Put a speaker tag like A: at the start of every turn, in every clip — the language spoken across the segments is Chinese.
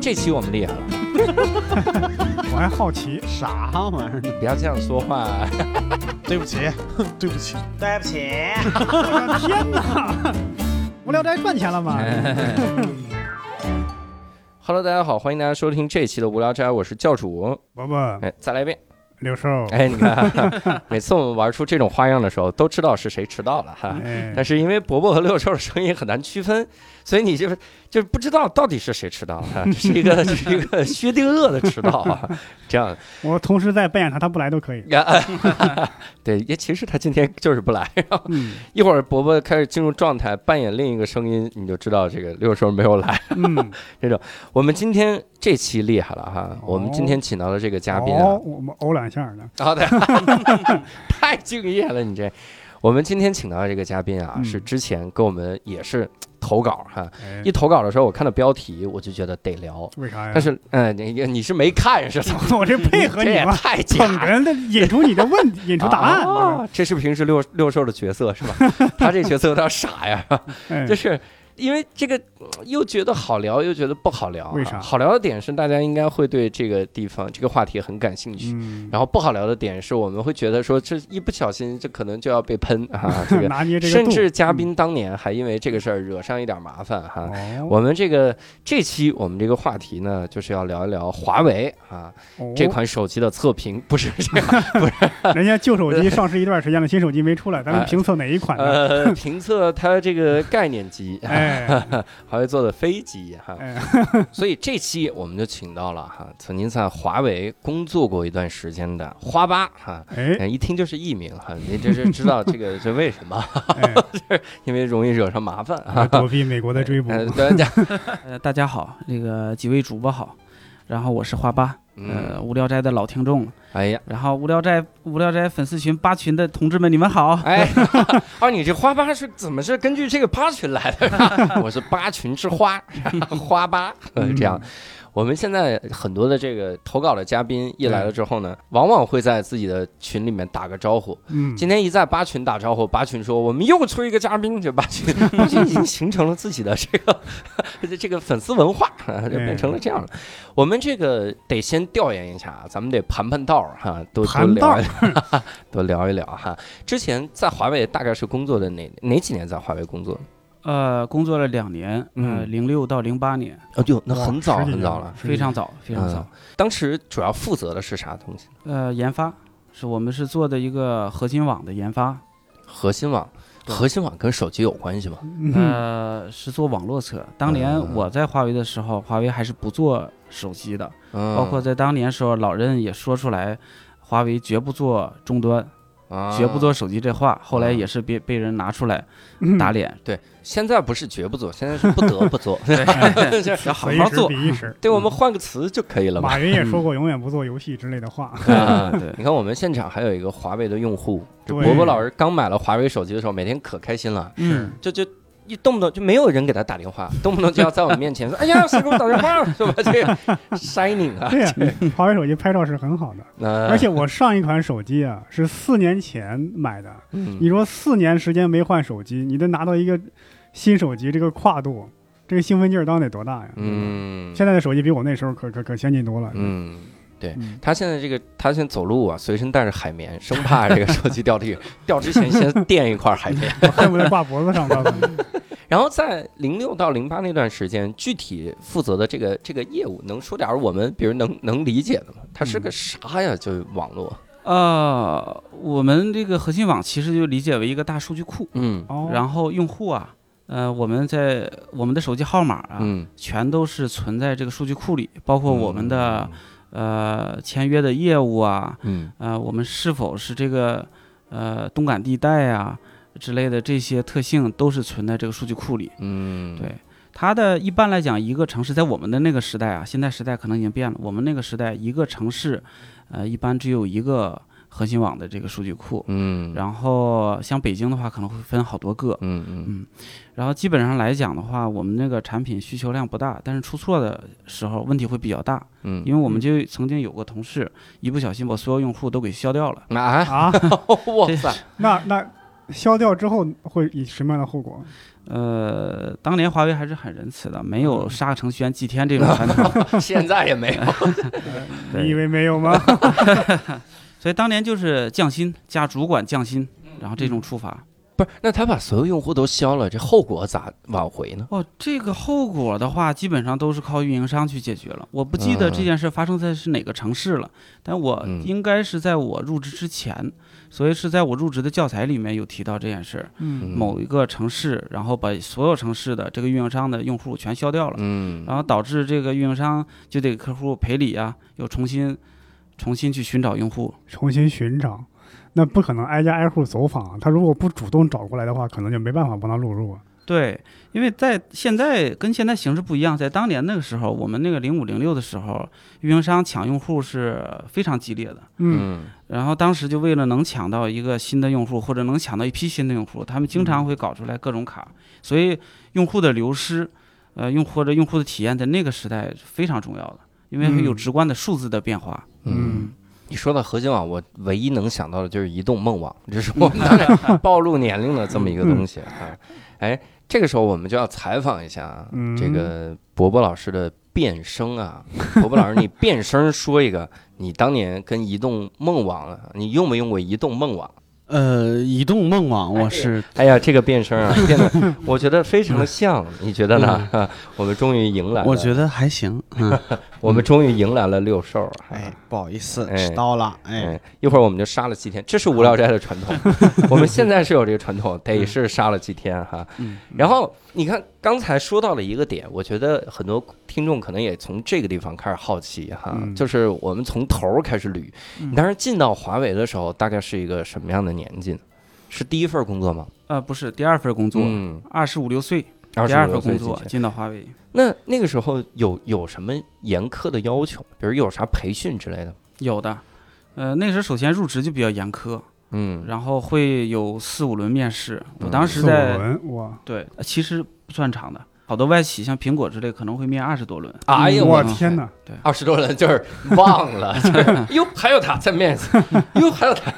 A: 这期我们厉害了，
B: 我还好奇，
C: 啥玩意儿？
A: 你不要这样说话。
D: 对不 起，对不起，
E: 对不起，
B: 我的 天哪！无聊斋赚钱了吗？
A: 哎 Hello，大家好，欢迎大家收听这期的《无聊斋》，我是教主。
B: 伯伯、
A: 哎，再来一遍。
B: 刘寿，
A: 哎，你看， 每次我们玩出这种花样的时候，都知道是谁迟到了哈。
B: 哎，
A: 但是因为伯伯和六兽的声音很难区分，所以你就就不知道到底是谁迟到了。这是一个这是一个薛定谔的迟到啊，这样
B: 我同时在扮演他，他不来都可以。
A: 啊，对，也其实他今天就是不来。然后
B: 嗯
A: 一会儿伯伯开始进入状态，扮演另一个声音，你就知道这个六兽没有来。
B: 嗯，
A: 我们今天这期厉害了哈，我们今天请到了这个嘉宾啊
B: 哦，，我们偶两下呢。
A: 好的， 太敬业了，你这。我们今天请到的这个嘉宾啊，
B: 嗯
A: 是之前跟我们也是投稿哈，
B: 哎
A: 一投稿的时候，我看到标题我就觉得得聊，
B: 为啥呀？
A: 但是嗯，你你是没看是 吧？
B: 我这配合
A: 这
B: 你
A: 也
B: 嘛，
A: 太假
B: 捧
A: 了。
B: 哏的引出你的问题，引出答 案。我
A: 啊，这是平时六六兽的角色是吧？他这角色有点傻呀，
B: 说 哎
A: 就是因为这个呃又觉得好聊，又觉得不好聊啊、
B: 为啥
A: 好聊的点是大家应该会对这个地方、这个话题很感兴趣。
B: 嗯，
A: 然后不好聊的点是我们会觉得说，这一不小心这可能就要被喷 啊，这个
B: 拿捏这个
A: 甚
B: 度
A: 至嘉宾当年还因为这个事儿惹上一点麻烦哈、
B: 嗯哦
A: 我们这个这期我们这个话题呢，就是要聊一聊华为啊
B: 哦
A: 这款手机的测评，不是这 样，
B: 人家旧手机上市一段时间了，新手机没出来，咱们
A: 哎
B: 评测哪一款呢？
A: 呃，评测它这个概念机，
B: 哎
A: 华为做的飞机哈、
B: 哎，
A: 所以这期我们就请到了哈，曾经在华为工作过一段时间的花吧哈，
B: 哎，
A: 一听就是艺名哈，你这是知道这个是为什么？ 因为容易惹上麻烦
B: 哎
A: 啊。
B: 躲避美国的追捕。
A: 呃，对 对，
E: 呃，大家好，那个几位主播好，然后我是花八，呃，
A: 嗯，
E: 无聊斋的老听众了，
A: 哎呀，
E: 然后无聊斋无聊斋粉丝群八群的同志们，你们好，
A: 哎，哦，你这花吧是怎么是根据这个八群来的？ 我是八群之花， 花吧呃这样。
B: 嗯
A: 我们现在很多的这个投稿的嘉宾一来了之后呢，往往会在自己的群里面打个招呼，
B: 嗯，
A: 今天一在八群打招呼，八群说我们又出一个嘉宾，这八 群八群已经形成了自己的这个这个粉丝文化，就变成了这样了。
B: 嗯
A: 我们这个得先调研一下，咱们得盘盘道儿哈，多多
B: 盘道
A: 聊一 多聊一聊哈。之前在华为大概是工作的哪哪几年在华为工作？
E: 呃，工作了两年，呃，
A: 嗯
E: 零六到零八年，
A: 哦，哟，那
B: 哇
A: 很早
B: 十几
A: 很
B: 年
A: 早了。
E: 非常早，非常早，
A: 当时主要负责的是啥东西？
E: 呃，研发是我们是做的一个核心网的研发，
A: 核心网，
E: 对
A: 核心网跟手机有关系吗？
B: 嗯
E: 呃，是做网络侧。当年
A: 嗯
E: 我在华为的时候，华为还是不做手机的，
A: 嗯，
E: 包括在当年时候，老任也说出来，华为绝不做终端，
A: 啊
E: 绝不做手机这话，后来
A: 嗯
E: 也是被被人拿出来
B: 嗯
E: 打脸。
A: 对，现在不是绝不做，现在是不得不做。
E: 对，要好
B: 此一
E: 好
B: 时
E: 做。
B: 彼一时。
A: 对，我们换个词就可以了嘛。
B: 马云也说过永远不做游戏之类的话。
E: 啊，对，
A: 你看，我们现场还有一个华为的用户，这
B: 对
A: 伯伯老师刚买了华为手机的时候，每天可开心了，
E: 嗯，
A: 就就一动不动就没有人给他打电话，动不动就要在我们面前说：“哎呀，谁给我打电话？”是吧？这个 shining 啊，嗯
B: 对呀，华为手机拍照是很好的，
A: 那
B: 而且我上一款手机啊是四年前买的，
A: 嗯
B: 你说四年时间没换手机，你得拿到一个新手机，这个跨度，这个兴奋劲儿当得多大呀？，
A: 嗯
B: 现在的手机比我那时候可可可先进多了。
A: 嗯。对
B: 嗯
A: 他现在这个，他现在走路啊，随身带着海绵，生怕这个手机掉地，掉之前先垫一块海绵。
B: 我 恨不得挂脖子上，告诉 你，
A: 然后在零六到零八那段时间，具体负责的这个这个业务，能说点儿我们比如能能理解的吗？它是个啥呀？就是网络，
E: 呃，我们这个核心网其实就理解为一个大数据库，
A: 嗯
B: 哦，
E: 然后用户啊，呃，我们在我们的手机号码啊，
A: 嗯，
E: 全都是存在这个数据库里，包括我们的呃签约的业务啊，
A: 嗯，
E: 呃，我们是否是这个呃东莞地带啊之类的这些特性都是存在这个数据库里。
A: 嗯嗯，
E: 对它的一般来讲，一个城市在我们的那个时代啊，现在时代可能已经变了。我们那个时代，一个城市，呃，一般只有一个核心网的这个数据库。
A: 嗯，后
E: 然后像北京的话，可能会分好多个。
A: 嗯嗯
E: 然后基本上来讲的话，我们那个产品需求量不大，但是出错的时候问题会比较大，
A: 嗯，
E: 因为我们就曾经有过同事一不小心把所有用户都给消掉了。
A: 那 啊，
B: 啊，
A: 哇塞，
B: 那那消掉之后会以什么样的后果？
E: 呃，当年华为还是很仁慈的，没有
A: 嗯
E: 杀个程序员祭天这种传 统。
A: 现在也没有。
E: 哎
B: 你以
E: 对，
B: 为没有吗？
E: 所以当年就是降薪加主管降薪，然后这
A: 嗯
E: 种处罚。
A: 不是，那他把所有用户都消了，这后果咋挽回呢？
E: 哦，这个后果的话，基本上都是靠运营商去解决了。我不记得
A: 嗯
E: 这件事发生在是哪个城市了，但我
A: 嗯
E: 应该是在我入职之前，所以是在我入职的教材里面有提到这件事儿。
B: 嗯
E: 某一个城市，然后把所有城市的这个运营商的用户全消掉了。
A: 嗯，
E: 然后导致这个运营商就得给客户赔礼啊，又重新重新去寻找用户。
B: 重新寻找，那不可能挨家挨户走访。啊他如果不主动找过来的话，可能就没办法帮他录入。啊
E: 对，因为在现在跟现在形势不一样，在当年那个时候，我们那个零五零六的时候，运营商抢用户是非常激烈的。
B: 嗯，
A: 嗯
E: 然后当时就为了能抢到一个新的用户，或者能抢到一批新的用户，他们经
A: 嗯
E: 常会搞出来各种卡，所以用户的流失，呃，用户或者用户的体验，在那个时代是非常重要的，因为会有
B: 嗯
E: 直观的数字的变化。
A: 嗯，你说到核心网，我唯一能想到的就是移动梦网，这是我们当然 暴露年龄的这么一个
C: 嗯
A: 东西啊。哎，这个时候我们就要采访一下啊
B: 嗯
A: 这个伯伯老师的变声啊，伯伯老师，你变声说一个，你当年跟移动梦网啊，你用没用过移动梦网？
C: 呃，移动梦网我是
A: 哎呀，这个变声啊，变 得我觉得非常的像，你觉得呢？啊 我们终于迎来了，
C: 嗯我觉得还行，嗯，
A: 我们终于迎来了六兽啊。
C: 哎，不好意思，
A: 哎
C: 迟到了，哎，
A: 哎，一会儿我们就杀了祭天，这是无聊斋的传统。 我们现在是有这个传统，得是杀了祭天哈。
E: 嗯，
A: 然后你看刚才说到了一个点，我觉得很多听众可能也从这个地方开始好奇哈，
B: 嗯
A: 就是我们从头儿开始捋。
E: 嗯
A: 你当时进到华为的时候，大概是一个什么样的年纪呢？是第一份工作吗？
E: 呃，不是第二份工作，
A: 嗯，
E: 二十五六岁，
A: 二
E: 第
A: 十
E: 二
A: 多岁
E: 份工
A: 之
E: 作
A: 前
E: 进到华为。
A: 那那个时候有有什么严苛的要求？比如有啥培训之类的？
E: 有的，呃，那时候首先入职就比较严苛，
A: 嗯
E: 然后会有四五轮面试。我
A: 嗯
E: 当时
B: 四五
E: 在、
B: 轮，哇，
E: 对，呃其实不算长的，好多外企像苹果之类可能会面二十多轮。
A: 哎呦
B: 我
E: 的妈
B: 天哪！
A: 二十多人就是忘了， 就是哟还有他在面试，哟还有他，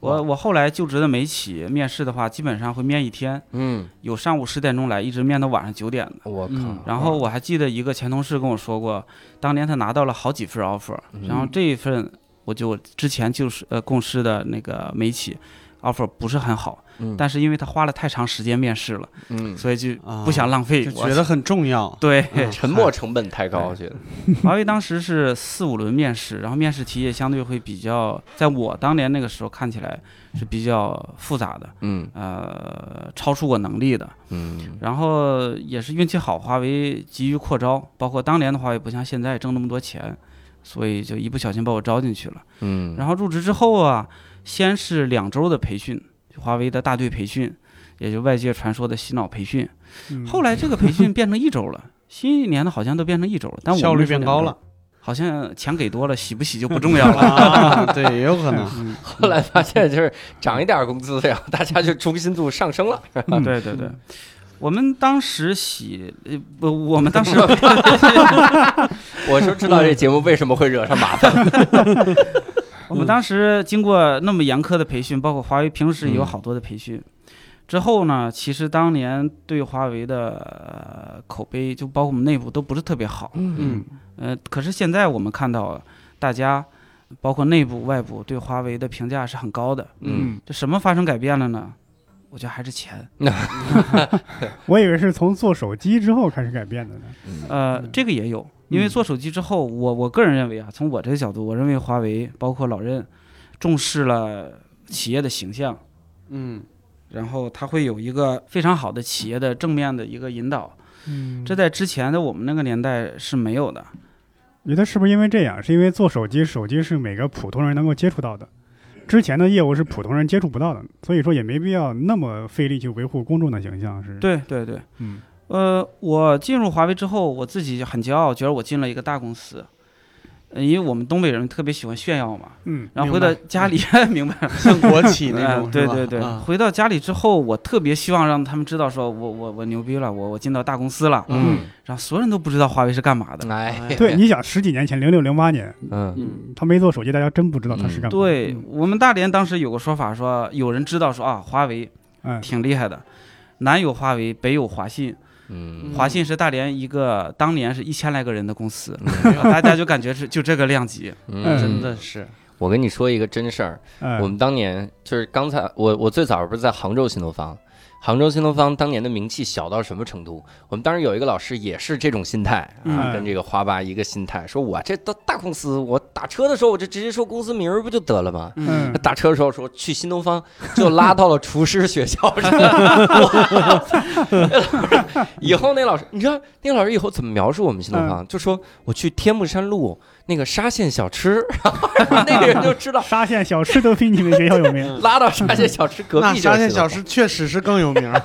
E: 我我后来就职的美企面试的话，基本上会面一天，
A: 嗯，
E: 有上午十点钟来，一直面到晚上九点的。
A: 我靠
C: 嗯，
E: 然后我还记得一个前同事跟我说过，当年他拿到了好几份 offer，然后这一份我就之前就是呃共事的那个美企 offer 不是很好，
A: 嗯
E: 但是因为他花了太长时间面试了，
A: 嗯，哎
E: 所以就
C: 啊
E: 不想浪费，
C: 就
E: 我
C: 觉得很重要，
E: 对。
C: 嗯
A: 沉默成本太高，
E: 哎
A: 我觉得，
E: 华为当时是四五轮面试，然后面试题也相对会比较，在我当年那个时候看起来是比较复杂的，
A: 嗯
E: 呃，超出我能力的。
A: 嗯
E: 然后也是运气好，华为急于扩招，包括当年的华为不像现在挣那么多钱，所以就一不小心把我招进去了。
A: 嗯，
E: 然后入职之后啊，先是两周的培训，华为的大队培训，也就外界传说的洗脑培训。
B: 嗯
E: 后来这个培训变成一周了，新一年的好像都变成一周了，但我们
C: 效率
E: 那时候
C: 变高
E: 两周
C: 了，
E: 好像钱给多了，洗不洗就不重要 了。
C: 啊，对，也有可能，
A: 后来发现就是涨一点工资，然后大家就忠心度上升了，
B: 嗯
E: 对对对，我们当时洗，呃，不，我们当 时
A: 我就知道这节目为什么会惹上麻烦，
E: 我们当时经过那么严苛的培训，包括华为平时也有好多的培训。之后呢，其实当年对华为的、呃口碑，就包括我们内部都不是特别好。
A: 嗯
E: 呃，可是现在我们看到，大家包括内部外部对华为的评价是很高的。
A: 嗯，
E: 这什么发生改变了呢？我觉得还是钱。
B: 我以为是从做手机之后开始改变的呢。
E: 呃，这个也有，因为做手机之后，我我个人认为啊，从我这个角度，我认为华为包括老任重视了企业的形象。
C: 嗯，
E: 然后它会有一个非常好的企业的正面的一个引导，
B: 嗯
E: 这在之前的我们那个年代是没有的。
B: 你觉得是不是因为这样？是因为做手机，手机是每个普通人能够接触到的，之前的业务是普通人接触不到的，所以说也没必要那么费力去维护公众的形象。是，，
E: 对对对，
B: 嗯
E: 呃，我进入华为之后，我自己很骄傲，觉得我进了一个大公司，呃因为我们东北人特别喜欢炫耀嘛。
B: 嗯
E: 然后回
C: 明白
E: 到家里，明白了，
C: 像国企那
E: 呃
C: 种，
E: 对
C: 是吧
E: 对对，
A: 嗯
C: 啊
E: 回到家里之后，我特别希望让他们知道，说我我我牛逼了，我我进到大公司了，
A: 嗯，
E: 然后所有人都不知道华为是干嘛的。
A: 哎，
B: 对，，你想十几年前，零六零八年，
A: 嗯
C: 嗯，
B: 他没做手机，大家真不知道他是干嘛。
E: 对
B: 嗯，
E: 我们大连当时有个说法说，有人知道说啊，华为
B: 哎，
E: 挺厉害的。南有华为，北有华信。
A: 嗯，
E: 华信是大连一个当年是一千来个人的公司， 大家就感觉是就这个量级，
A: 嗯
C: 真的是，
A: 我跟你说一个真事儿，
B: 哎
A: 我们当年就是刚才我我最早不是在杭州新东方，杭州新东方当年的名气小到什么程度？我们当时有一个老师也是这种心态啊，
B: 嗯
A: 跟这个花吧一个心态，说我这都大公司，我打车的时候我就直接说公司名儿不就得了吗？
B: 嗯，
A: 打车的时候说去新东方，就拉到了厨师学校。 以后那老师，你知道那个老师以后怎么描述我们新东
B: 嗯
A: 方？就说我去天目山路那个沙县小吃，那个人就知道
B: 沙县小吃都比你们学校有
E: 嗯
B: 名。
A: 拉到沙县小吃隔
D: 那
A: 壁就
D: 沙
A: 是新东方。
D: 县小吃确实是更有名儿，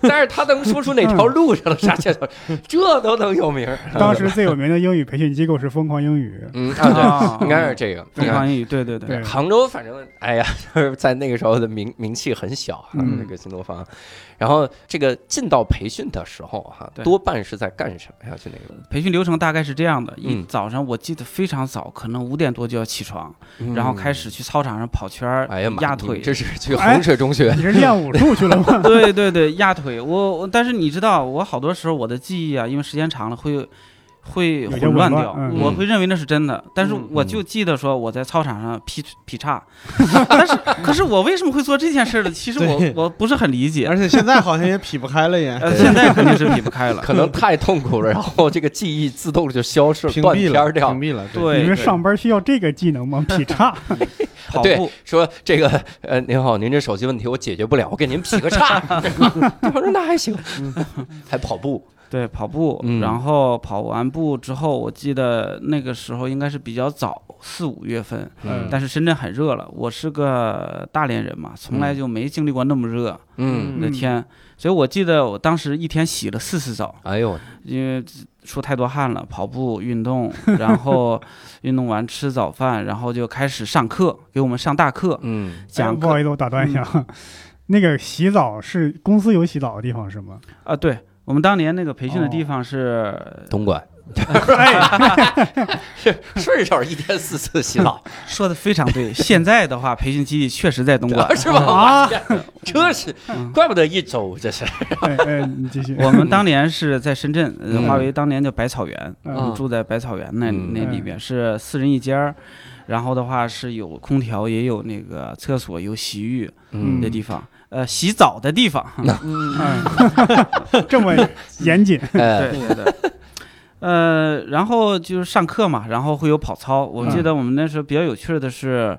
A: 但是他能说出哪条路上的沙县小吃， 这都能有名儿。
B: 当时最有名的英语培训机构是疯狂英语，
A: 嗯 啊，
E: 啊
A: 对，应该是嗯这个。
E: 凤凰英语，对对对，
B: 对
A: 杭州反正哎呀， 就是在那个时候的名名气很小啊，
B: 嗯
A: 这个新东方。然后这个进到培训的时候哈、
E: 对
A: 多半是在干什么呀？就那个，
E: 培训流程大概是这样的：一
A: 嗯
E: 早上我记得非常早，可能五点多就要起床，嗯然后开。始去操场上跑圈儿
A: 嗯哎呀妈，
E: 压
A: 你
E: 腿。
A: 这是去衡水中学
B: 你是练武术去了吗？
E: 对对对，压腿。我我，但是你知道，我好多时候我的记忆啊，因为时间长了会会
B: 有些
E: 混乱
B: 紊
E: 掉，
B: 乱嗯
E: 我会认为那是真的。但是
C: 嗯
E: 我就记得说我在操场上劈劈叉， 但是可是我为什么会做这件事儿呢？其实我
C: 对
E: 我不是很理解。
C: 而且现在好像也劈不开了也，
E: 呃，现在肯定是劈不开了。
A: 可能太痛苦了，然后这个记忆自动就消失了，
C: 屏
A: 断
C: 蔽
A: 片
C: 了，
A: 儿
C: 屏
A: 掉。
C: 蔽了，对，
E: 对，
B: 你们
E: 对
B: 上班需要这个技能 吗？劈叉，
E: 跑
A: 对
E: 步，
A: 说这个呃，您好，您这手机问题我解决不了，我给您劈个叉。 对方说那还行，
E: 嗯
A: 还跑步。
E: 对，跑步，
A: 嗯
E: 然后跑完步之后，我记得那个时候应该是比较早，四五月份，
B: 嗯
E: 但是深圳很热了。我是个大连人嘛，从来就没经历过那么热
A: 嗯，
E: 的
B: 嗯
E: 天，所以我记得我当时一天洗了四次澡，
A: 哎呦，
E: 因为出太多汗了。跑步、运动，然后 运动完吃早饭，然后就开始上课，给我们上大课，
A: 嗯，
B: 哎
E: 讲
B: 不好
E: 课嗯
B: 意思，我打断一下， 那个洗澡是公司有洗澡的地方是吗？
E: 啊，对。我们当年那个培训的地
B: 哦
E: 方是，
A: 东莞。
E: 哎
A: 顺手一天四次洗澡，
E: 说的非常对。现在的话，培训基地确实 在东 莞，
A: 是吧？
B: 啊，
A: 这是
E: 嗯
A: 怪不得一周，这是
B: 哎哎，你继 续。
E: 我们当年是在深圳，呃
A: 嗯
E: 华为当年叫百草园，
B: 嗯
E: 我们住在百草园那
A: 嗯
E: 那里边是四人一间儿，然后的话是有空调，也有那个厕所，有洗浴
B: 嗯
E: 的地方，呃，洗澡的地方。
B: 嗯， 这么严谨，
A: 哎，
E: 对，是的。呃，然后就是上课嘛，然后会有跑操。
A: 嗯
E: 我记得我们那时候比较有趣的是，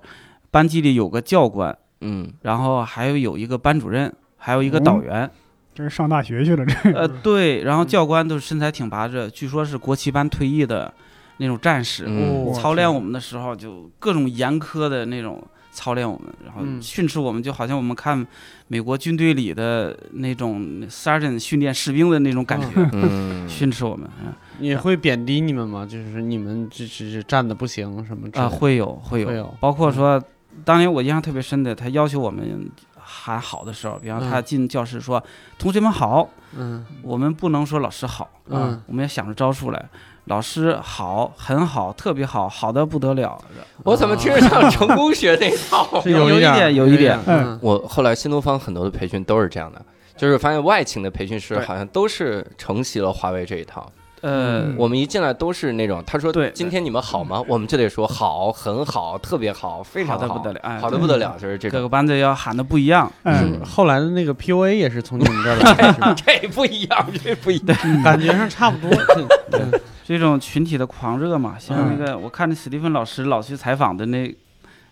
E: 班级里有个教官，
A: 嗯，
E: 然后还有有一个班主任，还有
A: 哦
E: 一个导员。
B: 这是上大学去了，这
E: 呃，对，然后教官都是身材挺拔着，据说是国旗班退役的那种战士。
A: 嗯
B: 我
E: 操
B: 去
E: 练我们的时候，就各种严苛的那种操练我们，然后
C: 嗯
E: 训斥我们，就好像我们看美国军队里的那种 sergeant 训练士兵的那种感觉，
A: 嗯，
E: 训斥我们啊、
C: 也会贬 低你们吗？就是你们这这这站的不行什么之类的
E: 啊会有会有，
C: 会有
E: 包括说，当年我印象特别深的，他要求我们喊好的时候，比方他
C: 嗯
E: 进教室说：“同学们好。”
C: 嗯
E: 我们不能说老师好，
C: 嗯
E: 我们要想着招数来。老师好，很好，特别好，好的不得了。
A: 我怎么听着像成功学那一套？
C: 是
E: 有
C: 一
E: 一
C: 点儿，
E: 点有一
C: 一
E: 点
C: 儿嗯，
A: 我后来新东方很多的培训都是这样的，就是发现外勤的培训师
E: 对
A: 好像都是承袭了华为这一套。
E: 呃，
B: 嗯
A: 我们一进来都是那种，他说
E: 对嗯
A: 今天你们好吗？我们就得说好，很好，特别好，非常
E: 好的
A: 好
E: 不得了哎嗯
A: 好的不得了，就是这
E: 各
A: 种。
E: 个班子要喊的不一样。
B: 嗯，
C: 后来的那个 PUA 也是从你们这儿来的，是 吧
A: 这不一样， 这不一样。
C: 感觉上差不 多。
E: 这种群体的狂热嘛，像
B: 嗯
E: 那个、我看着史蒂芬老师老去采访的那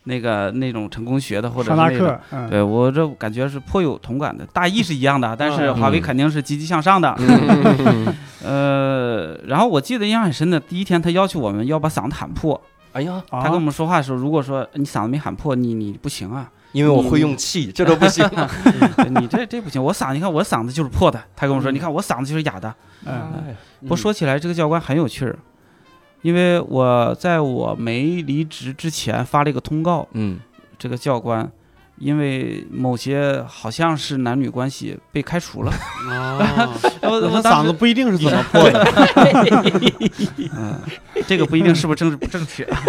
E: 那个那种成功学的或者
B: 上大
E: 是那种。
B: 课，嗯，
E: 对我这感觉是颇有同感的，大意是一样的，但是
C: 嗯
E: 华为肯定是积极向上的。
A: 嗯
E: 呃，然后我记得印象很深的，第一天他要求我们要把嗓子喊破，
A: 哎呀，
E: 他跟我
B: 啊
E: 们说话的时候，如果说呃你嗓子没喊破，你你不行啊，
A: 因为我会用气，这都不
E: 嗯
A: 行。
E: 你这这不行，我嗓你看我嗓子就是破的。他跟
C: 嗯
E: 我说，你看我嗓子就是哑的。
B: 嗯
A: 哎
E: 不过说起来，这个教官很有趣儿，因为我在我没离职之前发了一个通告，
A: 嗯
E: 这个教官因为某些好像是男女关系被开除 了。
C: 啊，
E: 我
C: 那
E: 我
C: 他嗓
E: 当
C: 子
E: 时
C: 不一定是怎么破的，
E: 嗯，这个不一定是不是正 不正确。啊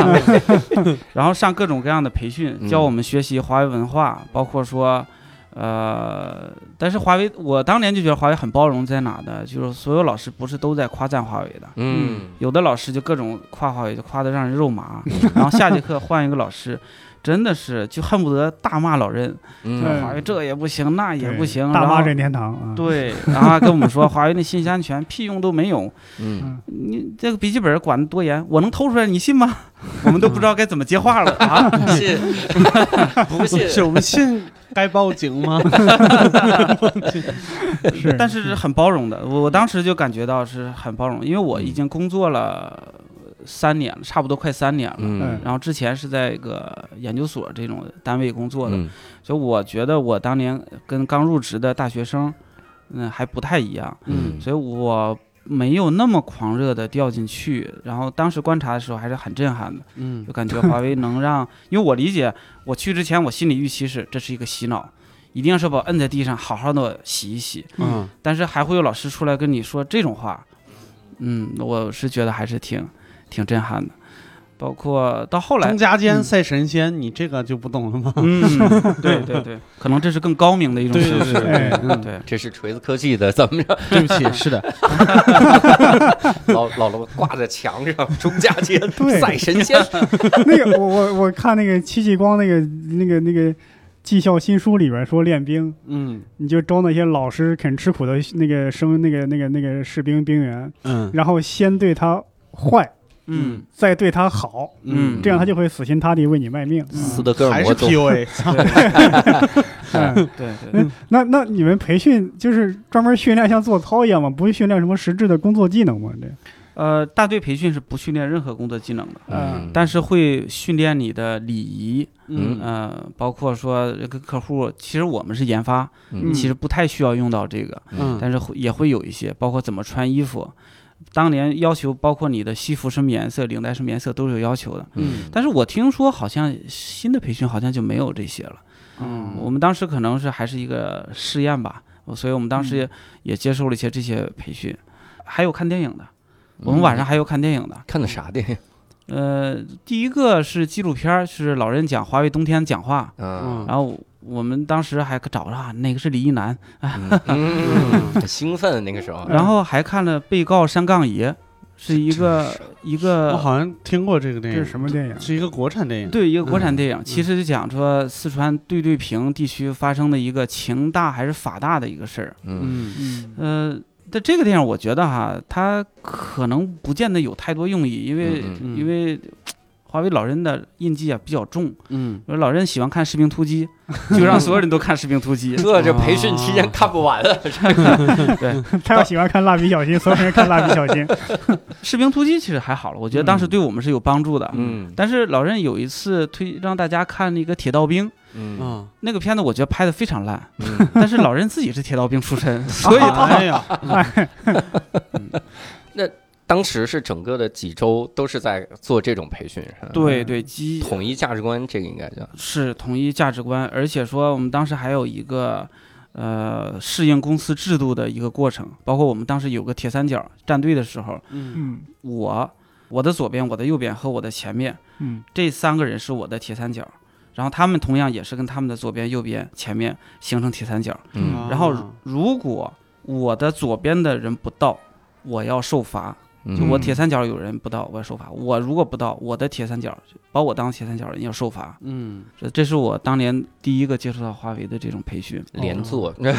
E: 然后上各种各样的培训，
A: 嗯
E: 教我们学习华为文化，包括说。呃，但是华为，我当年就觉得华为很包容，在哪呢？就是所有老师不是都在夸赞华为的，
A: 嗯，
E: 有的老师就各种夸华为，就夸得让人肉 麻。然后下节课换一个老师，真的是就恨不得大骂老任，
A: 嗯，
E: 华为这也不行，那也
B: 对
E: 不行，
B: 大
E: 然后
B: 妈任天堂啊，
E: 对，然后还跟我们说华为那信息安全屁用都没有，
A: 嗯，
E: 你这个笔记本管得多严，我能偷出来，你信吗？ 我们都不知道该怎么接 话了啊！
A: 信不信？
C: 是我们信该报警吗？
B: 是，
E: 但是很包容的，我我当时就感觉到是很包容，因为我已经工作了三年了，差不多快三年了。
A: 嗯
E: 然后之前是在一个研究所这种单位工作的，
A: 嗯
E: 所以我觉得我当年跟刚入职的大学生，嗯，还不太一样，
A: 嗯
E: 所以我没有那么狂热的掉进去。然后当时观察的时候还是很震撼的，
C: 嗯
E: 就感觉华为能让，因为我理解，我去之前我心里预期是这是一个洗脑，一定是把我摁在地上好好的洗一洗。
C: 嗯，
E: 但是还会有老师出来跟你说这种话，嗯，我是觉得还是挺挺震撼的。包括到后
C: 嗯
E: 来
C: 中，家间赛神仙，你这个就不懂了吗？
E: 嗯，对对 对，可能这是更高明的一种形式，
B: 对对
E: 嗯对，
A: 这是锤子科技的，怎么着？
C: 哎对不起，是的，
A: 老老罗挂在墙上，钟家街
B: 对
A: 赛神 仙，
B: 那个我我我看那个戚继光那个那个那个技校新书里边说练兵，
C: 嗯
B: 你就招那些老实肯吃苦的那个生那个那个那个士兵兵员，
C: 嗯
B: 然后先对他坏，
E: 嗯
B: 再对他好，
E: 嗯
B: 这样他就会死心塌地为你卖命。
A: 斯德哥尔
D: 还
A: 摩
D: 是
A: 综
D: PUA，
B: 嗯，
E: 对对
B: 那那那你们培训就是专门训练像做操一样吗？不会训练什么实质的工作技能吗？这
E: 呃，大队培训是不训练任何工作技能的，
A: 嗯，
E: 但是会训练你的礼仪，
A: 嗯
E: 呃，包括说跟客户，其实我们是研发，
A: 嗯
E: 其实不太需要用到这个，
A: 嗯
E: 但是会也会有一些，包括怎么穿衣服。当年要求包括你的西服什么颜色、领带什么颜色都是有要求的，
A: 嗯
E: 但是我听说好像新的培训好像就没有这些了。
C: 嗯
E: 我们当时可能是还是一个试验吧，所以我们当
A: 嗯
E: 时也也接受了一些这些培训，还有看电影的，我们
A: 嗯
E: 晚上还有看电影的。
A: 看的啥电影？
E: 呃，第一个是纪录片儿，是老人讲华为冬天讲话，
A: 嗯
E: 然后我们当时还找了啊哪个是李一男，
A: 嗯，很兴奋那个时候，
E: 然后还看了《被告山杠爷》，是一个一
C: 我
E: 个
C: 好像听过这个
B: 这
C: 电
B: 是
C: 影，
B: 什么电影？
C: 是一个国产电影。
E: 对一个国产电影，其实就讲说四川对对坪地区发生的一个情大还是法大的一个事儿。
A: 嗯
C: 嗯，
D: 嗯
E: 呃，但这个电影我觉得哈，它可能不见得有太多用意，因为、
A: 嗯
C: 嗯
E: 因为华为老人的印记啊比较重，
C: 嗯，
E: 老人喜欢看《士兵突 击》，就让所有人都看《士兵突 击》
A: 这这培训期间看不完啊了，
B: 他要喜欢看蜡笔小新，所有人看蜡笔小新。
E: 《士兵突击》其实还好了，我觉得当时对我们是有帮助的。
A: 嗯
E: 但是老任有一次推让大家看那个《铁道兵》。
A: 嗯
C: 啊，
E: 那个片子我觉得拍的非常烂，
A: 嗯
E: 但是老任自己是铁道兵出身，所以
C: 哎呀，
A: 当时是整个的几周都是在做这种培训，是吧
E: 对对基
A: 统一价值观，这个应该叫
E: 是统一价值观，而且说我们当时还有一个呃适应公司制度的一个过程，包括我们当时有个铁三角站队的时候，
C: 嗯
B: 嗯
E: 我、我的左边、我的右边和我的前面
B: 嗯
E: 这三个人是我的铁三角，然后他们同样也是跟他们的左边、右边、前面形成铁三角，
A: 嗯
E: 然后
C: 啊
E: 如果我的左边的人不到，我要受罚。
A: 嗯
E: 就我铁三角有人不到，我要受罚；我如果不到，我的铁三角把我当铁三角人要受罚。
C: 嗯，
E: 这这是我当年第一个接触到华为的这种培训。
A: 连做，
E: 嗯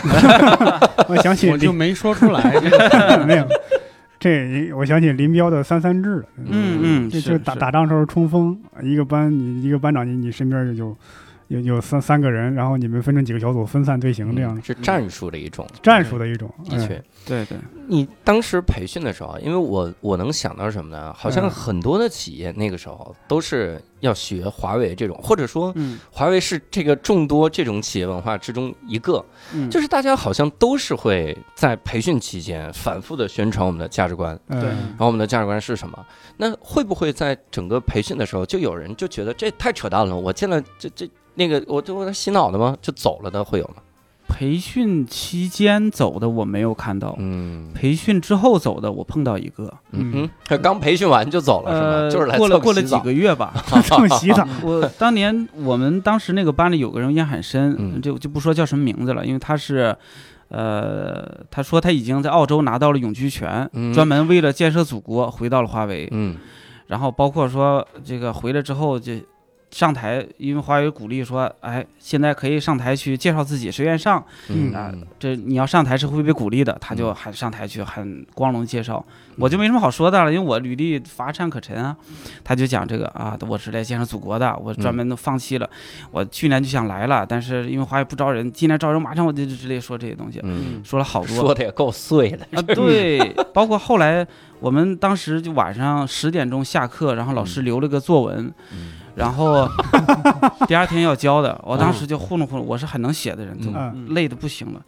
B: 我想起
C: 我就
B: 林
C: 没说出来。这 个
B: 没有，这我想起林彪的三三制了。
E: 嗯嗯，
B: 就是就打
E: 是
B: 打仗时候冲锋，一个班你一个班长你你身边有有有三三个人，然后你们分成几个小组分散队形这样的、
E: 嗯
A: 是战术的一种，
B: 战术的一种。
A: 嗯的
B: 哎
A: 确，
E: 对对，
A: 你当时培训的时候，因为我我能想到什么呢？好像
B: 嗯
A: 很多的企业那个时候都是要学华为这种，或者说
E: 嗯
A: 华为是这个众多这种企业文化之中一个，
E: 嗯，
A: 就是是大家好像都是会在培训期间反复的宣传我们的价值观，
B: 嗯
C: 对
A: 然后我们的价值观是什么？那会不会在整个培训的时候，就有人就觉得这太扯淡了？我见了这这那个，我就我洗脑的吗？就走了的会有吗？
E: 培训期间走的我没有看到，
A: 嗯
E: 培训之后走的我碰到一个，
A: 嗯，他刚培训完就走了是吧？
E: 呃，
A: 就是来
E: 过了
A: 蹭
E: 过了
A: 洗
E: 几
A: 澡
E: 个 月吧。
B: 蹭洗 澡，
E: 我当年我们当时那个班里有个人烟很
A: 嗯
E: 深，就就不说叫什么名字了，因为他是。呃，他说他已经在澳洲拿到了永居权，
A: 嗯
E: 专门为了建设祖国回到了华为。
A: 嗯
E: 然后包括说这个回来之后就上台，因为华为鼓励说，哎，现在可以上台去介绍自己，谁愿意上？
A: 嗯
E: 啊
A: 嗯
E: 这你要上台是会被鼓励的，他就还上台去很光荣介绍，我就没什么好说的了，因为我履历乏善可陈啊。他就讲这个啊，我是来建设祖国的，我专门都放弃了，我去年就想来了，但是因为华为不招人，今年招人，马上我就之类说这些东西，
A: 嗯，
E: 说了好多，
A: 说的也够碎的，
E: 啊，对，包括后来我们当时就晚上十点钟下课，然后老师
B: 嗯
E: 留了个作文，然 后第二天要交的，我当时就糊弄糊弄，我是很能写的人，就
B: 嗯，
E: 累的不行了，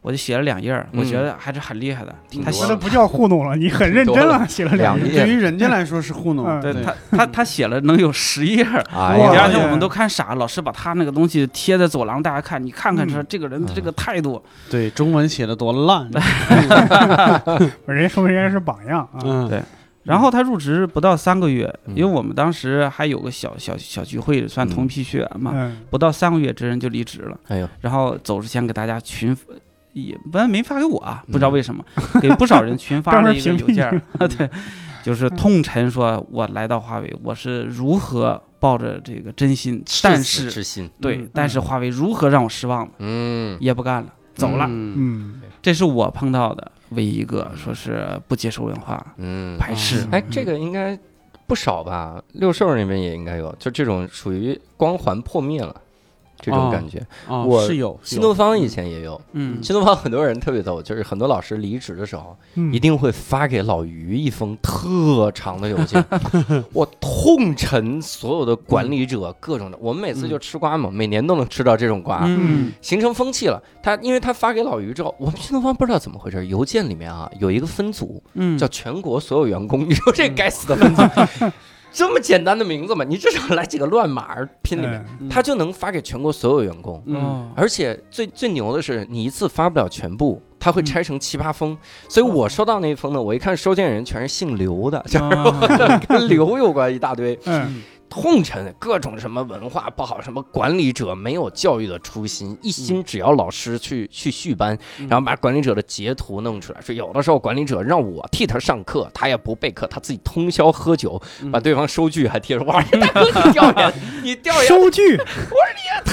E: 我就写了两页儿，我觉得还是很厉害的。
A: 挺
E: 他
A: 多
E: 写
B: 那不叫糊弄了，你很认真了，写了两
A: 两
B: 页。
A: 页
D: 对于人家来说是糊弄
B: 嗯，
E: 对他他他写了能有十页儿。
A: 哎
E: 第
B: 哇
E: 二
A: 呀，
E: 天我们
B: 对
E: 都看傻，老师把他那个东西贴在走廊，大家看，你看看这
B: 嗯
E: 这个人的这个态度，
C: 对中文写的多烂，
B: 人家说明人家是榜样啊。
C: 嗯，
E: 对然后他入职不到三个月，
A: 嗯
E: 因为我们当时还有个小小小聚会，算同批学员嘛，
B: 嗯，
E: 不到三个月，这人就离职了。
A: 哎呦，
E: 然后走之前给大家群，也不然没发给我
A: 嗯
E: 啊，不知道为什么，给不少人 群发了一个邮件儿， 对，就是痛陈说，我来到华为，我是如何抱着这个真心，但
A: 赤子
E: 是
A: 之心，
E: 对
B: 嗯，
E: 但是华为如何让我失望的，
A: 嗯
E: 也不干了，走了。
C: 嗯
B: 嗯，
E: 这是我碰到的唯一一个说是不接受文化
A: 嗯，
E: 排斥
B: 嗯，
A: 哎，这个应该不少吧？六兽那边也应该有，就这种属于光环破灭了这种
C: 哦
A: 感觉。
C: 啊
A: 我
C: 是有
A: 新东方以前也有，
E: 嗯，
A: 新东方很多人特别逗，就是很多老师离职的时候，
B: 嗯
A: 一定会发给老于一封特长的邮件，我痛陈所有的管理者各种的。我们每次就吃瓜嘛，每年都能吃到这种瓜，
E: 嗯
A: 形成风气了。他因为他发给老于之后，我们新东方不知道怎么回事，邮件里面啊有一个分组
E: 嗯
A: 叫全国所有员工，你说这该死的分组，这么简单的名字嘛，你至少来几个乱码儿拼里面，
B: 哎
A: 他就能发给全国所有员工。
C: 嗯
E: 哦
A: 而且最最牛的是，你一次发不了全部，它会拆成七八封。所以我收到那一封呢，我一看收件人全是姓刘的，就是
E: 啊
A: 跟刘有关一大堆，
B: 嗯，
A: 痛陈各种什么文化不好，什么管理者没有教育的初心，一
C: 嗯
A: 心只要老师去去续班，然后把管理者的截图弄出来，说有的时候管理者让我替他上课，他也不备课，他自己通宵喝酒，
C: 嗯
A: 把对方收据还贴着，哇，你大哥你调研， 你调研
B: 收据，
A: 猛，你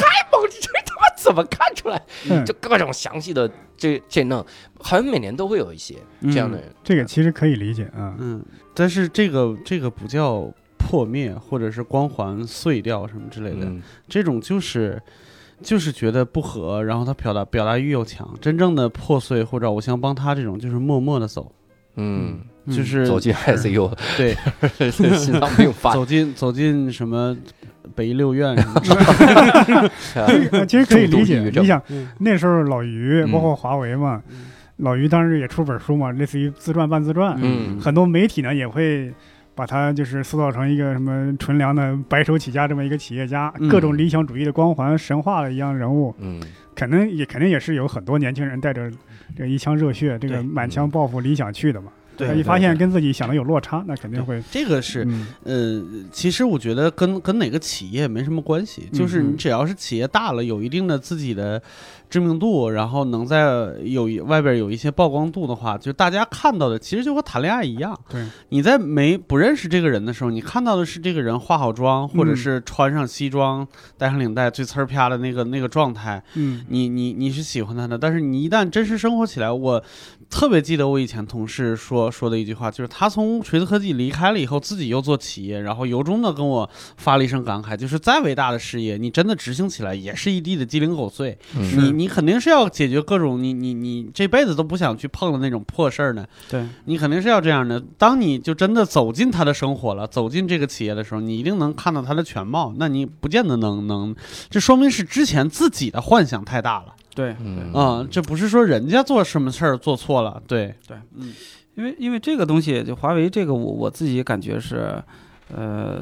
A: 这他妈怎么看出来？
B: 嗯
A: 就各种详细的这这弄，好像每年都会有一些这样
E: 嗯
A: 的人。
B: 这个其实可以理解 啊。
C: 嗯，但是这个这个不叫破灭，或者是光环碎掉什么之类的，
A: 嗯
C: 这种就是就是觉得不合，然后他表达表达欲又强。真正的破碎或者我想帮他这种，就是默默的走，
A: 嗯，
C: 就
E: 嗯
C: 是
A: 走进 ICU，
C: 对，
A: 心脏病发，
C: 走进走进什么北医六院什么之类
B: 这个啊呃其实可以理解
A: 重度抑郁。症
B: 你想
C: 嗯
B: 那时候老于，
A: 嗯
B: 包括华为嘛，老于当时也出本书嘛，类似于自传半自传，
A: 嗯
B: 很多媒体呢也会。把他就是塑造成一个什么纯良的白手起家这么一个企业家，
E: 嗯
B: 各种理想主义的光环神话的一样人物，
A: 嗯
B: 肯定也肯定也是有很多年轻人带着这个一腔热血、这个
C: 对
B: 满腔抱负理想去的嘛。
C: 对
B: 他一发现跟自己想的有落差，那肯定会
C: 这个是
B: 嗯
C: 呃，其实我觉得跟跟哪个企业没什么关系，就是
E: 嗯
C: 你只要是企业大了，有一定的自己的知名度，然后能在有一外边有一些曝光度的话，就大家看到的其实就和谈恋爱一样。
B: 对，
C: 你在没不认识这个人的时候，你看到的是这个人化好妆，或者
B: 嗯
C: 是穿上西装、戴上领带、最呲儿啪的那个那个状态，
B: 嗯
C: 你你你是喜欢他的，但是你一旦真实生活起来，我特别记得我以前同事说说的一句话，就是他从锤子科技离开了以后，自己又做企业，然后由衷的跟我发了一声感慨，就是再伟大的事业，你真的执行起来也是一地的鸡零狗碎，
A: 嗯
C: 你你肯定是要解决各种你你你这辈子都不想去碰的那种破事儿呢，
E: 对，
C: 你肯定是要这样的。当你就真的走进他的生活了，走进这个企业的时候，你一定能看到他的全貌，那你不见得能能，这说明是之前自己的幻想太大了。
E: 对，
A: 嗯
C: 啊、这不是说人家做什么事儿做错了，对，
E: 因为因为这个东西，就华为这个我，我自己感觉是，呃，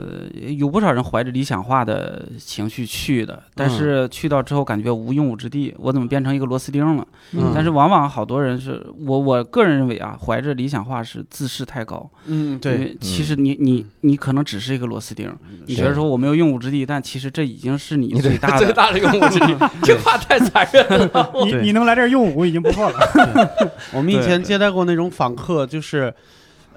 E: 有不少人怀着理想化的情绪去的，但
C: 嗯
E: 是去到之后感觉无用武之地，我怎么变成一个螺丝钉了？
C: 嗯
E: 但是往往好多人是我我个人认为啊，怀着理想化是自视太高，
C: 嗯，
E: 因
C: 对，
E: 为其实你你你可能只是一个螺丝钉，你觉得说我没有用武之地，但其实这已经是你
A: 你
E: 最大
A: 最
E: 的。
A: 大的用武之地， 这话太残忍了。
B: 你
C: 对
B: 你能来这儿用武已经不错了。
C: 我们以
E: 对
C: 前接待过那种访客，就是，